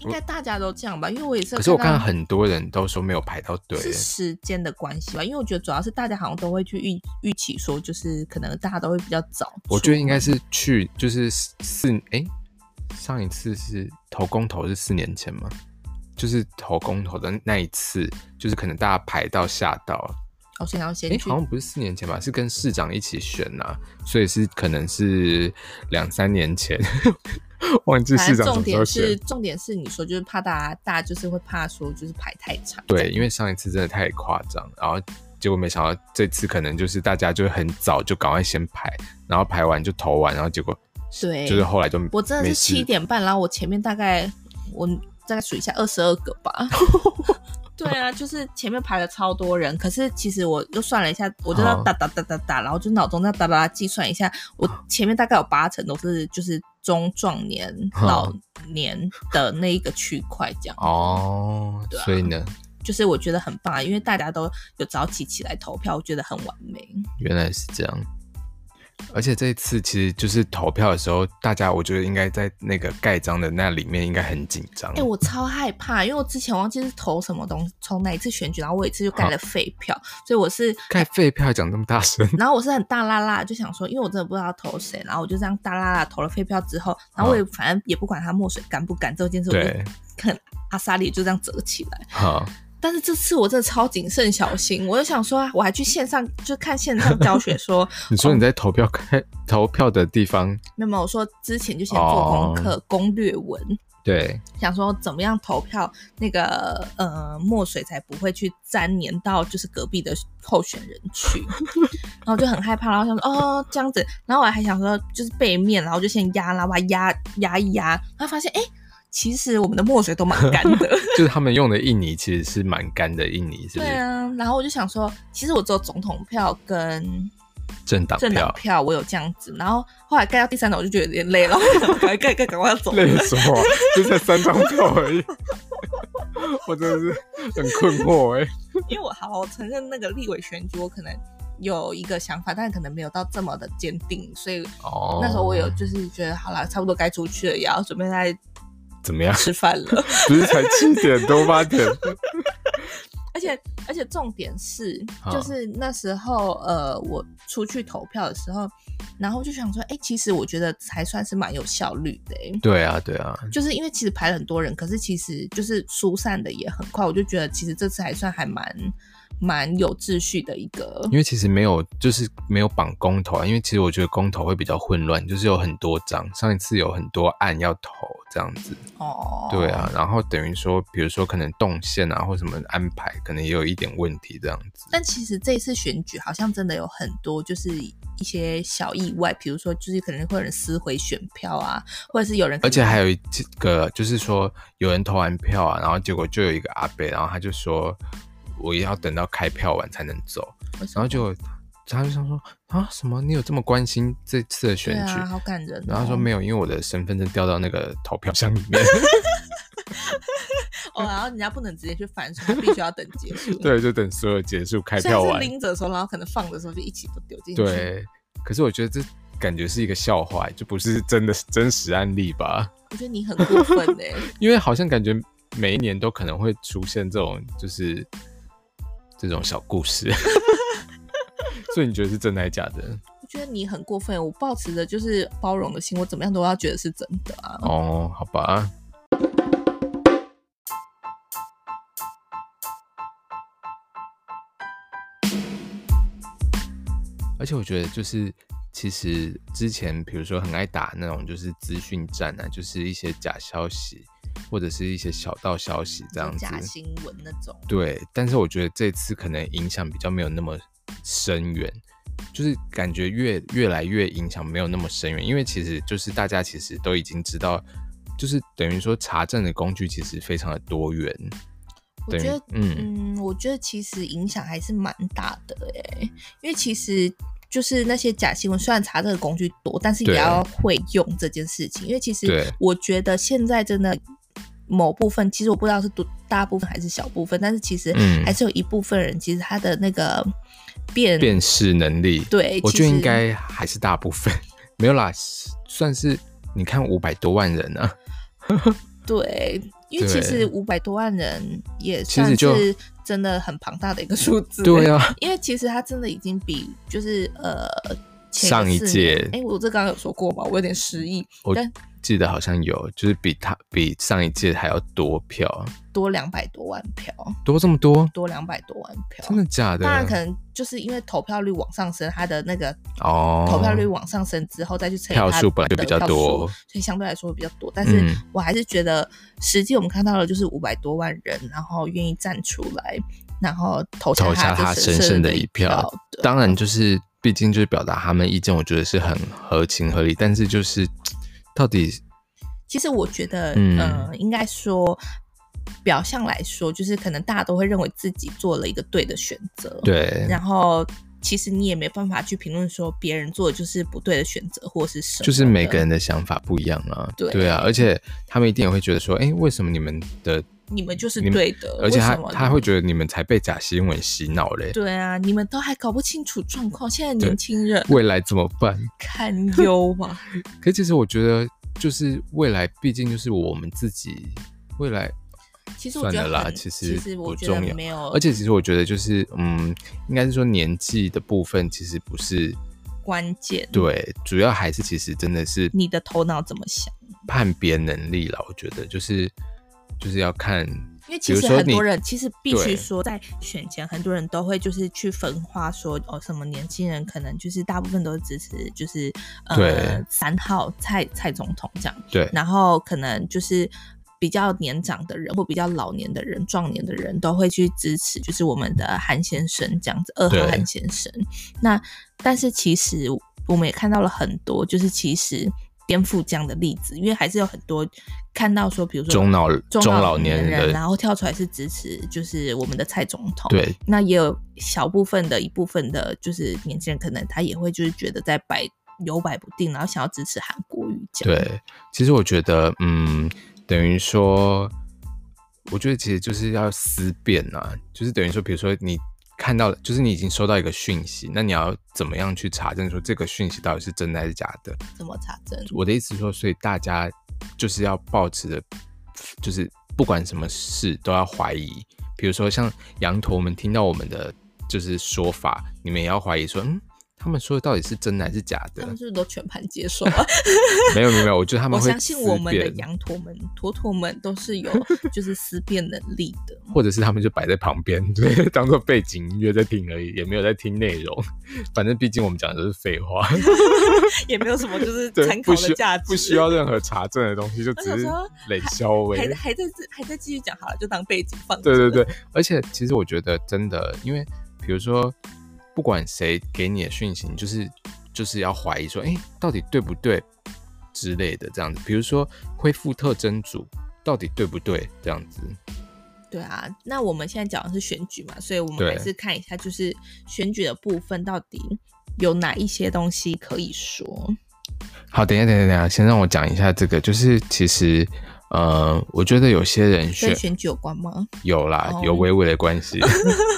Speaker 2: 应该大家都这样吧，因为我也是。
Speaker 1: 可是我看到很多人都说没有排到队，
Speaker 2: 是时间的关系吧，因为我觉得主要是大家好像都会去预预期说，就是可能大家都会比较早出门。
Speaker 1: 我觉得应该是去就是四哎、上一次是投公投是四年前吗？就是投公投的那一次，就是可能大家排到吓到，
Speaker 2: 哦，先要
Speaker 1: 哎、
Speaker 2: 先去
Speaker 1: 好像不是四年前吧，是跟市长一起选呐、所以是可能是两三年前， 忘记
Speaker 2: 反
Speaker 1: 市
Speaker 2: 正
Speaker 1: 长什么时候
Speaker 2: 重点
Speaker 1: 选
Speaker 2: 是。重点是你说就是怕大家大家就是会怕说就是排太长，
Speaker 1: 对，因为上一次真的太夸张，然后结果没想到这次可能就是大家就很早就赶快先排，然后排完就投完，然后结果
Speaker 2: 对，
Speaker 1: 就是后来就
Speaker 2: 我真的
Speaker 1: 没
Speaker 2: 是
Speaker 1: 事
Speaker 2: 七点半，然后我前面大概我大概数一下二十二个吧，对啊，就是前面排了超多人，可是其实我又算了一下，我就
Speaker 1: 啊
Speaker 2: 要打打打打打，然后就脑中在打打打计算一下，我前面大概有八成都是就是中壮年、
Speaker 1: 哦
Speaker 2: 老年的那一个区块这样。
Speaker 1: 哦
Speaker 2: 对啊，
Speaker 1: 所以呢，
Speaker 2: 就是我觉得很棒啊，因为大家都有早起起来投票，我觉得很完美。
Speaker 1: 原来是这样。而且这一次其实就是投票的时候，大家我觉得应该在那个盖章的那里面应该很紧张。
Speaker 2: 哎、我超害怕，因为我之前忘记是投什么东西，从哪一次选举，然后我有一次就盖了废票，所以我是
Speaker 1: 盖废票还讲这么大声，
Speaker 2: 然后我是很大啦啦，就想说，因为我真的不知道投谁，然后我就这样大啦啦投了废票之后，然后我也反正也不管它墨水干不干这件事，我
Speaker 1: 对
Speaker 2: 就，看阿莎莉就这样折起来。
Speaker 1: 好，
Speaker 2: 但是这次我真的超谨慎小心，我就想说，我还去线上就看线上教学说，
Speaker 1: 你说你在投票开、
Speaker 2: 哦
Speaker 1: 投票的地方，
Speaker 2: 没有没有，我说之前就先做功课、攻略文，
Speaker 1: 对，
Speaker 2: 想说怎么样投票那个呃墨水才不会去粘黏到就是隔壁的候选人去， 然后就很害怕，然后想说哦这样子，然后我还想说就是背面，然后就先压啦，我还压压一压，然后发现哎。诶其实我们的墨水都蛮干 的，
Speaker 1: 就是他们用的印泥其实是蛮干的印泥，是不
Speaker 2: 对
Speaker 1: 是？
Speaker 2: 啊。然后我就想说，其实我只有总统票跟
Speaker 1: 政党
Speaker 2: 政党
Speaker 1: 票，
Speaker 2: 票，我有这样子。然后后来盖到第三档，我就觉得有点累了，我就想赶快盖盖，赶快要走了。
Speaker 1: 累死 我，就才三张票而已，我真的是很困惑哎、
Speaker 2: 因为我好，我承认那个立委选举，我可能有一个想法，但可能没有到这么的坚定，所以
Speaker 1: 哦，
Speaker 2: 那时候我有就是觉得，好啦，差不多该出去了，也要准备在
Speaker 1: 怎么样？
Speaker 2: 吃饭了。
Speaker 1: 不是才七点多八点？
Speaker 2: 而且而且重点是，
Speaker 1: 好
Speaker 2: 就是那时候呃，我出去投票的时候，然后就想说，哎、其实我觉得还算是蛮有效率的、诶
Speaker 1: 对啊，对啊，
Speaker 2: 就是因为其实排了很多人，可是其实就是疏散的也很快，我就觉得其实这次还算还蛮蛮有秩序的一个
Speaker 1: 因为其实没有，就是没有绑公投啊，因为其实我觉得公投会比较混乱，就是有很多张，上一次有很多案要投这样子，
Speaker 2: 哦，
Speaker 1: 对啊，然后等于说，比如说可能动线啊或什么安排，可能也有一点问题这样子。
Speaker 2: 但其实这一次选举好像真的有很多就是一些小意外，比如说就是可能会有人撕毁选票啊，或者是有人
Speaker 1: 而且还有一个就是说，有人投完票啊，然后结果就有一个阿伯，然后他就说我也要等到开票完才能走，然后就他就想说啊什么你有这么关心这次的选
Speaker 2: 对
Speaker 1: 举？
Speaker 2: 啊，好感人、哦。
Speaker 1: 然后他说没有，因为我的身份证掉到那个投票箱里 面。
Speaker 2: 哦，然后人家不能直接去反手，他必须要等结束。，
Speaker 1: 对，就等所有结束开
Speaker 2: 虽
Speaker 1: 票
Speaker 2: 然是
Speaker 1: 完。
Speaker 2: 拎着的时候，然后可能放的时候就一起都丢进去。，
Speaker 1: 对，可是我觉得这感觉是一个笑话，就不是真的真实案例吧？
Speaker 2: 我觉得你很过分哎、
Speaker 1: 因为好像感觉每一年都可能会出现这种，就是这种小故 事。所以你觉得是真的还是假的？
Speaker 2: 我觉得你很过分，我保持着就是包容的心，我怎么样都要觉得是真的啊。
Speaker 1: 哦，好吧。而且我觉得，就是其实之前，比如说很爱打那种就是资讯战啊，就是一些假消息或者是一些小道消息这样子。
Speaker 2: 假新闻那种，
Speaker 1: 对，但是我觉得这次可能影响比较没有那么深远，就是感觉越越来越影响没有那么深远，因为其实就是大家其实都已经知道，就是等于说查证的工具其实非常的多元，
Speaker 2: 我
Speaker 1: 等于
Speaker 2: 觉得
Speaker 1: 嗯
Speaker 2: 嗯，我觉得其实影响还是蛮大的哎、因为其实就是那些假新闻，虽然查这个工具多，但是也
Speaker 1: 对
Speaker 2: 要会用这件事情。因为其实
Speaker 1: 对
Speaker 2: 我觉得现在真的某部分，其实我不知道是多大部分还是小部分，但是其实
Speaker 1: 嗯
Speaker 2: 还是有一部分人，其实他的那个变
Speaker 1: 辨识能力，
Speaker 2: 对，
Speaker 1: 我
Speaker 2: 其
Speaker 1: 觉得
Speaker 2: 实
Speaker 1: 应该还是大部分 没有啦，是算是你看五百多万人啊，
Speaker 2: 对，因为其
Speaker 1: 对
Speaker 2: 实五百多万人也
Speaker 1: 其
Speaker 2: 算
Speaker 1: 实就是
Speaker 2: 真的很庞大的一个数字。
Speaker 1: 对啊，
Speaker 2: 因为其实它真的已经比就是呃前
Speaker 1: 上一
Speaker 2: 四
Speaker 1: 届
Speaker 2: 年哎、我这刚刚有说过嘛，我有点失忆，
Speaker 1: 我
Speaker 2: 但
Speaker 1: 记得好像有，就是比他比上一届还要多票，
Speaker 2: 多两百多万票，
Speaker 1: 多这么多，
Speaker 2: 多两百多万票，
Speaker 1: 真的假的？
Speaker 2: 当然可能就是因为投票率往上升，它的那个
Speaker 1: 哦，
Speaker 2: 投票率往上升之后再去乘以
Speaker 1: 票
Speaker 2: 它
Speaker 1: 数本来就
Speaker 2: 的
Speaker 1: 比较
Speaker 2: 票
Speaker 1: 多
Speaker 2: 数所以相对来说会比较多。但是
Speaker 1: 嗯
Speaker 2: 我还是觉得，实际我们看到的就是五百多万人，然后愿意站出来，然后投
Speaker 1: 投下
Speaker 2: 下
Speaker 1: 他
Speaker 2: 这
Speaker 1: 神
Speaker 2: 圣
Speaker 1: 圣的
Speaker 2: 一
Speaker 1: 一票。
Speaker 2: 对
Speaker 1: 当然，就是毕竟就是表达他们意见，我觉得是很合情合理。但是就是到底
Speaker 2: 其实我觉得，
Speaker 1: 嗯
Speaker 2: 呃，应该说表象来说，就是可能大家都会认为自己做了一个对的选择，
Speaker 1: 对，
Speaker 2: 然后其实你也没办法去评论说别人做的就是不对的选择或是什么的，
Speaker 1: 就是每个人的想法不一样啊，
Speaker 2: 对
Speaker 1: 啊，而且他们一定也会觉得说，哎、为什么你们的，
Speaker 2: 你们就是
Speaker 1: 你们
Speaker 2: 对的，
Speaker 1: 而且
Speaker 2: 呃为
Speaker 1: 他
Speaker 2: 什么
Speaker 1: 他会觉得你们才被假新闻洗脑嘞，
Speaker 2: 对啊，你们都还搞不清楚状况，现在
Speaker 1: 对
Speaker 2: 年轻人
Speaker 1: 未来怎么办？
Speaker 2: 堪忧啊！
Speaker 1: 可其实我觉得，就是未来，毕竟就是我们自己未来，
Speaker 2: 其实我觉
Speaker 1: 算
Speaker 2: 得
Speaker 1: 了啦
Speaker 2: 很
Speaker 1: 其实
Speaker 2: 其实我
Speaker 1: 不
Speaker 2: 觉得
Speaker 1: 重要
Speaker 2: 没有，
Speaker 1: 而且其实我觉得就是，嗯，应该是说年纪的部分，其实不是
Speaker 2: 关键
Speaker 1: 对，主要还是其实真的是
Speaker 2: 你的头脑怎么想。
Speaker 1: 判别能力了。我觉得就是就是要看，
Speaker 2: 因为
Speaker 1: 比
Speaker 2: 其
Speaker 1: 如
Speaker 2: 实
Speaker 1: 说
Speaker 2: 很
Speaker 1: 你
Speaker 2: 多人其实必须
Speaker 1: 对
Speaker 2: 说，在选前很多人都会就是去分化说哦，什么年轻人可能就是大部分都支持就是呃
Speaker 1: 对
Speaker 2: 三号蔡蔡总统这样，
Speaker 1: 对
Speaker 2: 然后可能就是比较年长的人或比较老年的人、壮年的人都会去支持，就是我们的韩先生这样子，二号
Speaker 1: 对
Speaker 2: 韩先生。那但是其实我们也看到了很多，就是其实颠覆这样的例子，因为还是有很多看到说，比如说
Speaker 1: 中老
Speaker 2: 中
Speaker 1: 中老
Speaker 2: 年
Speaker 1: 年人
Speaker 2: 然后跳出来是支持就是我们的蔡总统，
Speaker 1: 对
Speaker 2: 那也有小部分的一部分的，就是年轻人可能他也会就是觉得在摆摇摆不定，然后想要支持韩国瑜这样。
Speaker 1: 对，其实我觉得，嗯，等于说，我觉得其实就是要思辨啊，就是等于说，比如说你看到了，就是你已经收到一个讯息，那你要怎么样去查证说这个讯息到底是真的还是假的？
Speaker 2: 怎么查证？
Speaker 1: 我的意思是说，所以大家就是要保持的，就是不管什么事都要怀疑。比如说像羊驼们听到我们的就是说法，你们也要怀疑说，嗯，他们说的到底是真的还是假的
Speaker 2: 他？们是不是都全盘接 受啊？
Speaker 1: 没有没有没有，我觉得他们
Speaker 2: 嗯我
Speaker 1: 会
Speaker 2: 相信
Speaker 1: 思
Speaker 2: 我们的
Speaker 1: 辨
Speaker 2: 羊驼们、驼驼们都是有就是思辨能力的。
Speaker 1: 或者是他们就摆在旁边，就是当做背景音乐在听而已，也没有在听内容。反正毕竟我们讲的都是废话，
Speaker 2: 也没有什么就是
Speaker 1: 对
Speaker 2: 参，
Speaker 1: 不
Speaker 2: 考的
Speaker 1: 需
Speaker 2: 价值，
Speaker 1: 不需要任何查证的东西，就只
Speaker 2: 我
Speaker 1: 是
Speaker 2: 想说
Speaker 1: 冷笑微
Speaker 2: 还在还在这还在继续讲好了，就当背景 放着。
Speaker 1: 对对对，而且其实我觉得真的，因为比如说，不管谁给你的讯息，你就是就是要怀疑说，哎，到底对不对之类的这样子。比如说恢复特征组到底对不对这样子，
Speaker 2: 对啊，那我们现在讲的是选举嘛，所以我们
Speaker 1: 对
Speaker 2: 还是看一下，就是选举的部分到底有哪一些东西可以说。
Speaker 1: 好，等一下，等一下，等一下，先让我讲一下这个，就是其实，呃，我觉得有些人选
Speaker 2: 跟选举有关吗？
Speaker 1: 有啦，
Speaker 2: 哦
Speaker 1: 有微微的关系，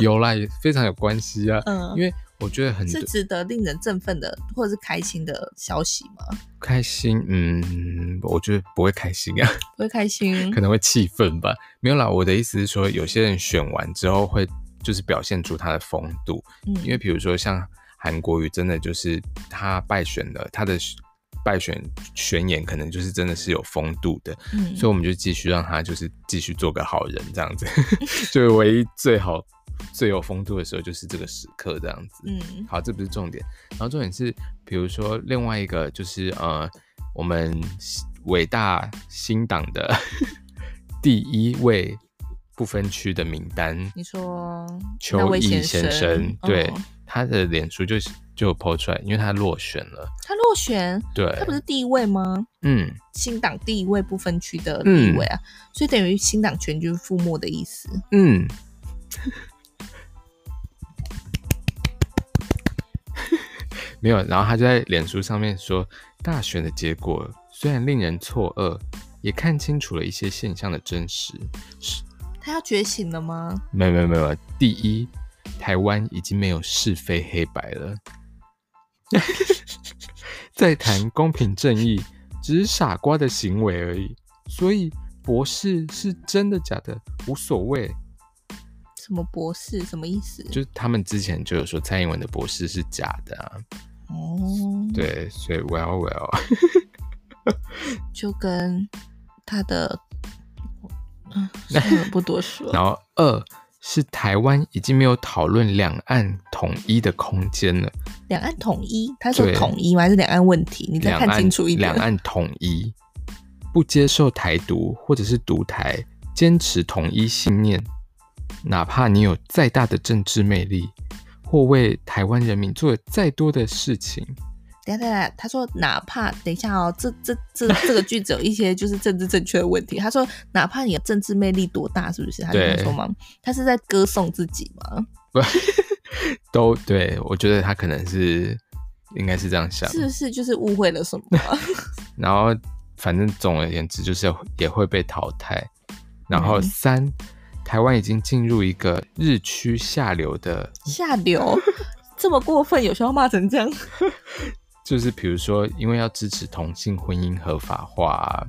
Speaker 1: 有啦，也非常有关系啊，
Speaker 2: 嗯
Speaker 1: 因为我觉得很
Speaker 2: 是值得令人振奋的或者是开心的消息吗？
Speaker 1: 开心，嗯，我觉得不会开心啊，
Speaker 2: 不会开心
Speaker 1: 可，能会气愤吧。没有啦，我的意思是说，有些人选完之后会就是表现出他的风度，
Speaker 2: 嗯，
Speaker 1: 因为比如说像韩国瑜，真的就是他败选了，他的败选宣言可能就是真的是有风度的，
Speaker 2: 嗯
Speaker 1: 所以我们就继续让他就是继续做个好人这样子， 就是唯一最好最有风度的时候就是这个时刻这样子。
Speaker 2: 嗯
Speaker 1: 好，这不是重点，然后重点是，比如说另外一个就是呃，我们伟大新党的 第一位不分区的名单，
Speaker 2: 你说那
Speaker 1: 邱
Speaker 2: 位
Speaker 1: 毅
Speaker 2: 先
Speaker 1: 先
Speaker 2: 生
Speaker 1: 生，对、
Speaker 2: 哦
Speaker 1: 他的脸书就是就有 PO 出来，因为他落选了，
Speaker 2: 他落选，
Speaker 1: 对，
Speaker 2: 他不是第一位吗？
Speaker 1: 嗯，
Speaker 2: 新党第一位不分区的第一位啊，所以等于新党全军覆没的意思。
Speaker 1: 嗯， 没有。然后他就在脸书上面说，大选的结果虽然令人错愕，也看清楚了一些现象的真实。
Speaker 2: 他要觉醒了吗？
Speaker 1: 没有没有没有，第一，台湾已经没有是非黑白了， 在谈公平正义，只是傻瓜的行为而已。所以博士是真的假的无所谓，
Speaker 2: 什么博士？什么意思？
Speaker 1: 就是他们之前就有说蔡英文的博士是假的啊，
Speaker 2: 哦，，
Speaker 1: 对，所以 well well，
Speaker 2: 就跟他的，嗯， 算了，不多说。
Speaker 1: 然后二是台湾已经没有讨论两岸统一的空间了，
Speaker 2: 两岸统一，他说
Speaker 1: 对
Speaker 2: 统一吗？还是两岸问题？你再
Speaker 1: 两
Speaker 2: 看
Speaker 1: 岸
Speaker 2: 清楚一点。
Speaker 1: 两岸统一，不接受台独或者是独台，坚持统一信念，哪怕你有再大的政治魅力，或为台湾人民做了再多的事情，
Speaker 2: 等一下等一下，他说哪怕等一下哦，这这这这个句子有一些就是政治正确的问题。他说哪怕你的政治魅力多大，是不是？他这样
Speaker 1: 对
Speaker 2: 说吗？他是在歌颂自己吗？
Speaker 1: 不都对，我觉得他可能是应该是这样想，
Speaker 2: 是不是就是误会了 什么？
Speaker 1: 然后反正总而言之就是也会被淘汰。然后
Speaker 2: 嗯
Speaker 1: 三，台湾已经进入一个日趋下流的，
Speaker 2: 下流，这么过分，有需要骂成这样？
Speaker 1: 就是比如说因为要支持同性婚姻合法化、啊，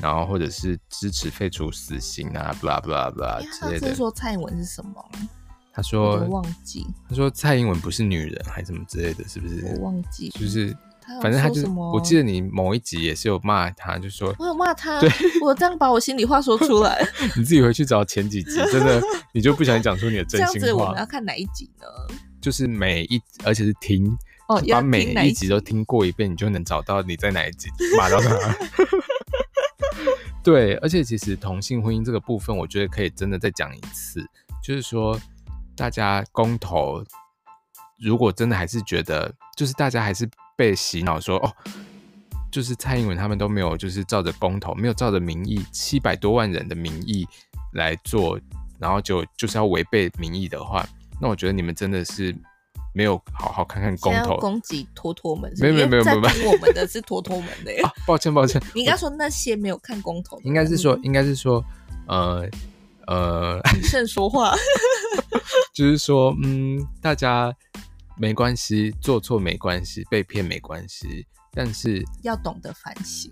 Speaker 1: 然后或者是支持废除死刑啊，blah blah
Speaker 2: 因
Speaker 1: blah
Speaker 2: 为
Speaker 1: 之
Speaker 2: 他
Speaker 1: 类
Speaker 2: 上次
Speaker 1: 的。
Speaker 2: 说蔡英文是什么，
Speaker 1: 他
Speaker 2: 我
Speaker 1: 说
Speaker 2: 都忘记，
Speaker 1: 他说蔡英文不是女人，还是什么之类的，是不是？
Speaker 2: 我忘记。
Speaker 1: 就是
Speaker 2: 他有
Speaker 1: 反正他
Speaker 2: 说
Speaker 1: 就是
Speaker 2: 什，么
Speaker 1: 我记得你某一集也是有骂他，就 说
Speaker 2: 我有骂他，我这样把我心里话说出 来，
Speaker 1: 你自己回去找前几集，真的你就不想讲出你的
Speaker 2: 这
Speaker 1: 真
Speaker 2: 样
Speaker 1: 心
Speaker 2: 子我
Speaker 1: 话
Speaker 2: 们要。看哪一集呢？
Speaker 1: 就是每一，而且是听，
Speaker 2: 哦
Speaker 1: 就
Speaker 2: 要
Speaker 1: 把
Speaker 2: 听
Speaker 1: 每
Speaker 2: 哪一
Speaker 1: 一集都听过一遍，你就能找到你在哪一集骂到他。 对，而且其实同性婚姻这个部分，我觉得可以真的再讲一次，就是说大家公投，如果真的还是觉得，就是大家还是被洗脑说哦。就是蔡英文他们都没有，就是照着公投，没有照着民意，七百多万人的民意来做，然后就就是要违背民意的话，那我觉得你们真的是没有好好看看公
Speaker 2: 现在要
Speaker 1: 投。
Speaker 2: 攻击坨坨们，
Speaker 1: 没有没有没有
Speaker 2: 在
Speaker 1: 没有
Speaker 2: 听我们的是坨坨们的耶。
Speaker 1: 啊，抱歉抱歉，
Speaker 2: 你应该说那些没有看公投的人，
Speaker 1: 应该是说，应该是说，呃呃，
Speaker 2: 谨慎说话。
Speaker 1: 就是说，嗯，大家没关系，做错没关系，被骗没关系，但是
Speaker 2: 要懂得反 省。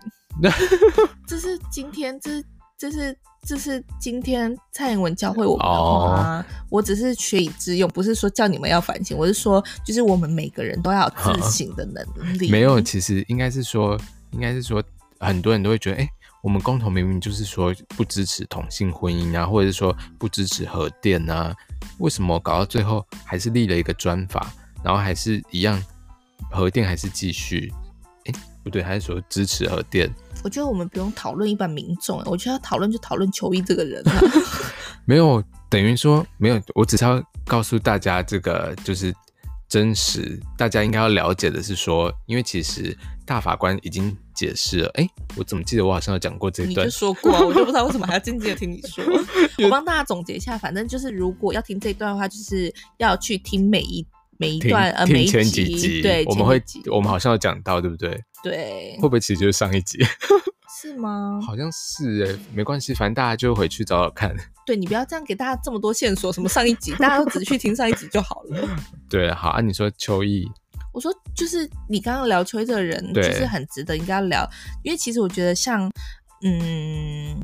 Speaker 2: 这是今天，这是这是这是今天蔡英文教会我们的话、
Speaker 1: 哦
Speaker 2: 啊。我只是学以致用，不是说叫你们要反省，我是说，就是我们每个人都要有自省的能力。
Speaker 1: 啊没有，其实应该是说，应该是说，很多人都会觉得，哎、我们公投明明就是说不支持同性婚姻啊，或者是说不支持核电啊，为什么搞到最后还是立了一个专法，然后还是一样，核电还是继续？哎、不对，还是说支持核电？
Speaker 2: 我觉得我们不用讨论一般民众，我觉得要讨论就讨论球衣这个人、 啊。
Speaker 1: 没有，等于说没有，我只是要告诉大家这个就是真实，大家应该要了解的是说，因为其实大法官已经解释了，哎，我怎么记得我好像有讲过这一
Speaker 2: 你
Speaker 1: 段
Speaker 2: 就？说 过啊、我就不知道为什么还要静静的听你说。我帮大家总结一下，反正就是如果要听这一段的话，就是要去听每一每一
Speaker 1: 听
Speaker 2: 段呃
Speaker 1: 听
Speaker 2: 每一
Speaker 1: 前
Speaker 2: 集，
Speaker 1: 几集，
Speaker 2: 对，
Speaker 1: 我们
Speaker 2: 前
Speaker 1: 会
Speaker 2: 几集
Speaker 1: 我们好像有讲到，对不对？
Speaker 2: 对
Speaker 1: 会不会其实就是上一集？
Speaker 2: 是吗？
Speaker 1: 好像是哎，没关系，反正大家就回去找找看。
Speaker 2: 对你不要这样给大家这么多线索，什么上一集，大家都只去听上一集就好了。
Speaker 1: 对，好啊，你说秋意，
Speaker 2: 我说就是你刚刚聊崔的人，就
Speaker 1: 对
Speaker 2: 是很值得应该要聊，因为其实我觉得像嗯。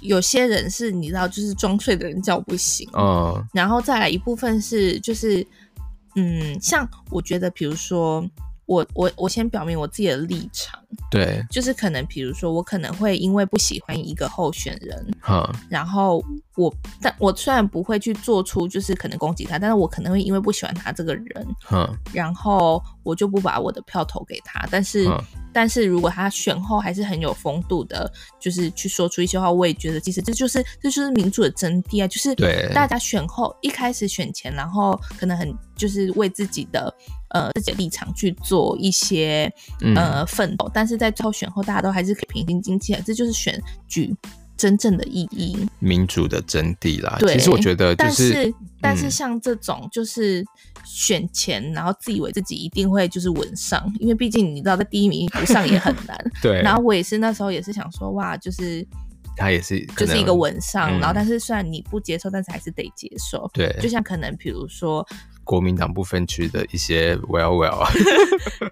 Speaker 2: 有些人是你知道，就是装睡的人叫不醒，
Speaker 1: 嗯
Speaker 2: 然后再来一部分是就是，嗯，像我觉得，比如说我我我先表明我自己的立场，
Speaker 1: 对，
Speaker 2: 就是可能比如说我可能会因为不喜欢一个候选人，
Speaker 1: 哈，
Speaker 2: 然后我但我虽然不会去做出就是可能攻击他，但是我可能会因为不喜欢他这个人，
Speaker 1: 哈，
Speaker 2: 然后我就不把我的票投给他。但是、
Speaker 1: 嗯
Speaker 2: 但是如果他选后还是很有风度的，就是去说出一些话，我也觉得其实这就是这就是民主的真谛啊，就是
Speaker 1: 对
Speaker 2: 大家选后一开始选前，然后可能很就是为自己的呃自己的立场去做一些
Speaker 1: 嗯
Speaker 2: 呃奋斗，但是在最后选后大家都还是可以平心静气的，这就是选举真正的意义。
Speaker 1: 民主的真谛啦。
Speaker 2: 对
Speaker 1: 其实我觉得就
Speaker 2: 但
Speaker 1: 是
Speaker 2: 是，但是
Speaker 1: 嗯
Speaker 2: 像这种就是选前，然后自以为自己一定会就是稳上，因为毕竟你知道，在第一名不上也很难。
Speaker 1: 对，
Speaker 2: 然后我也是那时候也是想说，哇，就是
Speaker 1: 他也是可
Speaker 2: 就是一
Speaker 1: 能
Speaker 2: 个稳上，
Speaker 1: 嗯
Speaker 2: 然后但是虽然你不接受，但是还是得接受。
Speaker 1: 对，
Speaker 2: 就像可能比如说，
Speaker 1: 国民党不分区的一 些 well well，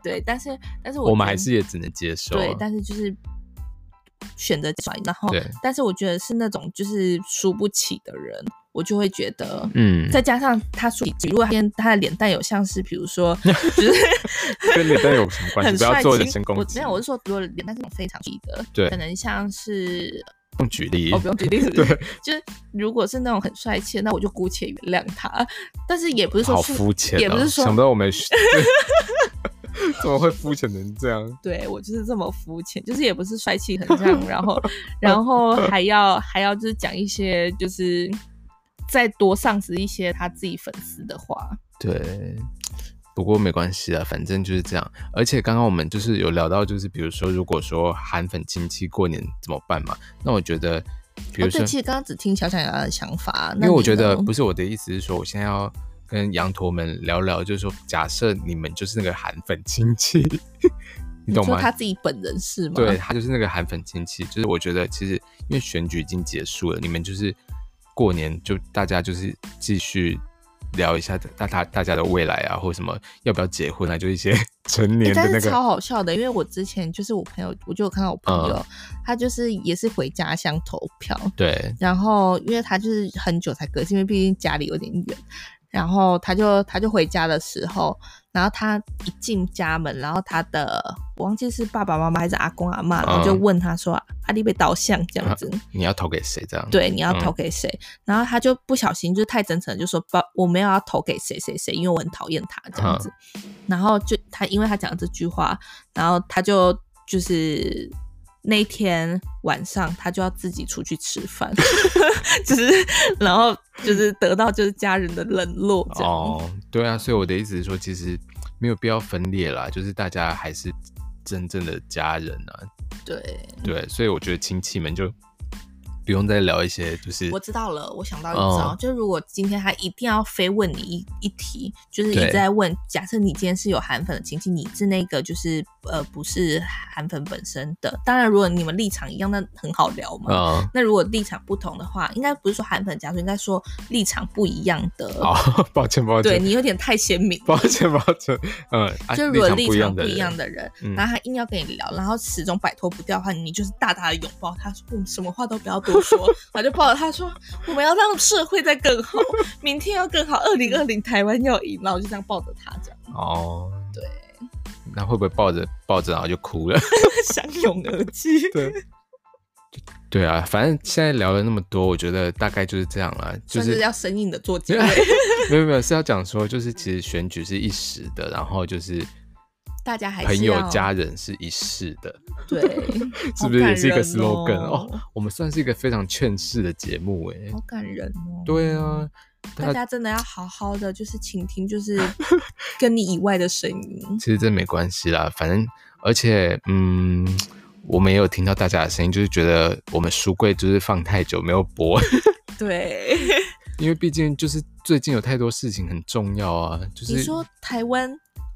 Speaker 2: 对，但是但是我
Speaker 1: 我们
Speaker 2: 觉
Speaker 1: 还
Speaker 2: 得
Speaker 1: 是也只能接受。啊
Speaker 2: 对，但是就是选择转，然后
Speaker 1: 对
Speaker 2: 但是我觉得是那种就是输不起的人，我就会觉得
Speaker 1: 嗯，
Speaker 2: 再加上他说，如果他今天他的脸蛋有像是，比如 说，就是
Speaker 1: 跟脸蛋有什么关系？
Speaker 2: 很
Speaker 1: 不要
Speaker 2: 帅
Speaker 1: 做人
Speaker 2: 气，
Speaker 1: 身
Speaker 2: 我
Speaker 1: 攻击。
Speaker 2: 没有，我是说，如果脸蛋是那种非常低的，
Speaker 1: 对
Speaker 2: 可能像是
Speaker 1: 不用举例
Speaker 2: 哦，。不用举例是不
Speaker 1: 对
Speaker 2: 是，就是如果是那种很帅气的，那我就姑且原谅他。但是也不是说
Speaker 1: 好
Speaker 2: 是
Speaker 1: 肤浅
Speaker 2: 也不
Speaker 1: 哦，
Speaker 2: 是说
Speaker 1: 想不到我们 怎么会肤浅成这样。
Speaker 2: 对我就是这么肤浅，就是也不是帅气很 这样，然后然后还要还要就是讲一些就是再多丧失一些他自己粉丝的话，
Speaker 1: 对，不过没关系啊，反正就是这样。而且刚刚我们就是有聊到，就是比如说，如果说韩粉亲戚过年怎么办嘛？那我觉得，比如
Speaker 2: 哦，
Speaker 1: 说，
Speaker 2: 对，其实刚刚只听小小雅的想法，
Speaker 1: 因
Speaker 2: 那
Speaker 1: 为我
Speaker 2: 你
Speaker 1: 觉得
Speaker 2: 呢
Speaker 1: 不是我的意思是说，我现在要跟羊驼们聊聊，就是说，假设你们就是那个韩粉亲戚，你
Speaker 2: 你
Speaker 1: 懂
Speaker 2: 说
Speaker 1: 吗？
Speaker 2: 他自己本人是 吗？
Speaker 1: 对，他就是那个韩粉亲戚，就是我觉得其实因为选举已经结束了，你们就是过年就大家就是继续聊一下大大大家的未来啊，或什么要不要结婚啊，就一些 成
Speaker 2: 欸
Speaker 1: 年的
Speaker 2: 但
Speaker 1: 那
Speaker 2: 是
Speaker 1: 个
Speaker 2: 超好笑的，因为我之前就是我朋友，我就有看到我朋友，
Speaker 1: 嗯
Speaker 2: 他就是也是回家乡投票，
Speaker 1: 对
Speaker 2: 然后因为他就是很久才隔，因为毕竟家里有点远，然后他就他就回家的时候，然后他一进家门，然后他的我忘记是爸爸妈妈还是阿公阿妈，然后就
Speaker 1: 嗯
Speaker 2: 问他说：“阿丽被导向这样子。
Speaker 1: 你要投给谁这样？
Speaker 2: 对，你要
Speaker 1: 嗯
Speaker 2: 投给谁？然后他就不小心就太真诚，就说不，我没有要投给谁谁谁，因为我很讨厌他这样子。然后就他因为他讲了这句话，然后他就就是那一天晚上他就要自己出去吃饭， 就是然后就是得到就是家人的冷落这样。
Speaker 1: 哦，对啊，所以我的意思是说，其实没有必要分裂啦，就是大家还是真正的家人啊，
Speaker 2: 嗯对，
Speaker 1: 对，所以我觉得亲戚们就不用再聊一些就是
Speaker 2: 我知道了，我想到一招，
Speaker 1: 哦
Speaker 2: 就是如果今天他一定要非问你一一题，就是一
Speaker 1: 对
Speaker 2: 直在问，假设你今天是有韩粉的亲戚，你是那个就是呃不是韩粉本身的，当然如果你们立场一样，那很好聊嘛。
Speaker 1: 嗯。
Speaker 2: 那如果立场不同的话，应该不是说韩粉家属，应该说立场不一样的。
Speaker 1: 好， 抱歉，抱
Speaker 2: 对
Speaker 1: 歉，
Speaker 2: 你有点太鲜明了。
Speaker 1: 抱歉，抱歉，嗯，啊
Speaker 2: 就是如果
Speaker 1: 立
Speaker 2: 立场不
Speaker 1: 的
Speaker 2: 一样
Speaker 1: 人
Speaker 2: 的人，
Speaker 1: 嗯
Speaker 2: 然后他硬要跟你聊，然后始终摆脱不掉的话，你就是大大的拥抱他，说嗯，什么话都不要多说，我就抱着他说，我们要让社会再更好，明天要更好，
Speaker 1: 嗯
Speaker 2: 二零二零台湾要赢，然后我就这样抱着他这样
Speaker 1: 哦，
Speaker 2: 对，
Speaker 1: 那会不会抱着抱着然后就哭了？
Speaker 2: 相拥而泣。
Speaker 1: 对，对啊，反正现在聊了那么多，我觉得大概就是这样啦，就
Speaker 2: 算
Speaker 1: 是
Speaker 2: 是要生硬的 做结尾，
Speaker 1: 没有没有是要讲说，就是其实选举是一时的，然后就是
Speaker 2: 大家还是
Speaker 1: 朋友
Speaker 2: 要
Speaker 1: 家人是一世的，
Speaker 2: 对，
Speaker 1: 是不是也是一个
Speaker 2: 好感
Speaker 1: slogan
Speaker 2: 人
Speaker 1: 哦？我们算是一个非常劝世的节目哎、
Speaker 2: 好感人哦。
Speaker 1: 对啊，
Speaker 2: 大家真的要好好的，就是倾听，就是跟你以外的声音。
Speaker 1: 其实这没关系啦，反正而且嗯，我们也有听到大家的声音，就是觉得我们书柜就是放太久没有播，
Speaker 2: 对。
Speaker 1: 因为毕竟就是最近有太多事情很重要啊，就是
Speaker 2: 你说台湾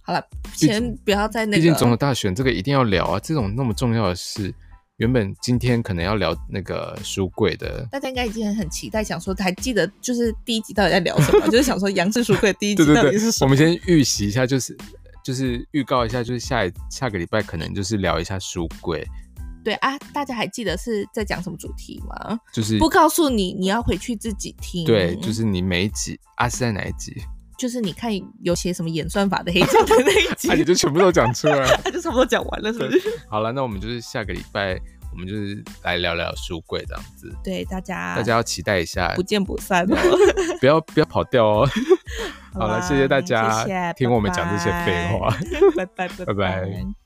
Speaker 2: 好了，
Speaker 1: 竟
Speaker 2: 先不要在那
Speaker 1: 毕竟总统
Speaker 2: 个
Speaker 1: 大选这个一定要聊啊，这种那么重要的事，原本今天可能要聊那个书柜的，
Speaker 2: 大家应该已经很期待，想说还记得就是第一集到底在聊什 么，就是想说杨氏书柜第一
Speaker 1: 对
Speaker 2: 集
Speaker 1: 对
Speaker 2: 到底
Speaker 1: 对
Speaker 2: 是，什
Speaker 1: 我
Speaker 2: 么？
Speaker 1: 们先预习一下，就是就是预告一下，就是下一下个礼拜可能就是聊一下书柜，
Speaker 2: 对啊，大家还记得是在讲什么主题吗？
Speaker 1: 就是
Speaker 2: 不告诉你，你要回去自己听。
Speaker 1: 对，就是你每一集啊是在哪一集，
Speaker 2: 就是你看有写什么演算法的黑胶的那一 集
Speaker 1: 啊，你就全部都讲出来了。
Speaker 2: 他就差不多讲完了，是不是？
Speaker 1: 好了，那我们就是下个礼拜，我们就是来聊聊书柜这样子，
Speaker 2: 对，大家
Speaker 1: 大家要期待一下
Speaker 2: 不，见不 散哦。
Speaker 1: 不要不要跑掉哦。好了，
Speaker 2: 啦
Speaker 1: 谢谢大家
Speaker 2: 谢谢
Speaker 1: 听我们讲这些废话。
Speaker 2: 拜拜，
Speaker 1: 拜
Speaker 2: 拜
Speaker 1: 拜
Speaker 2: 拜。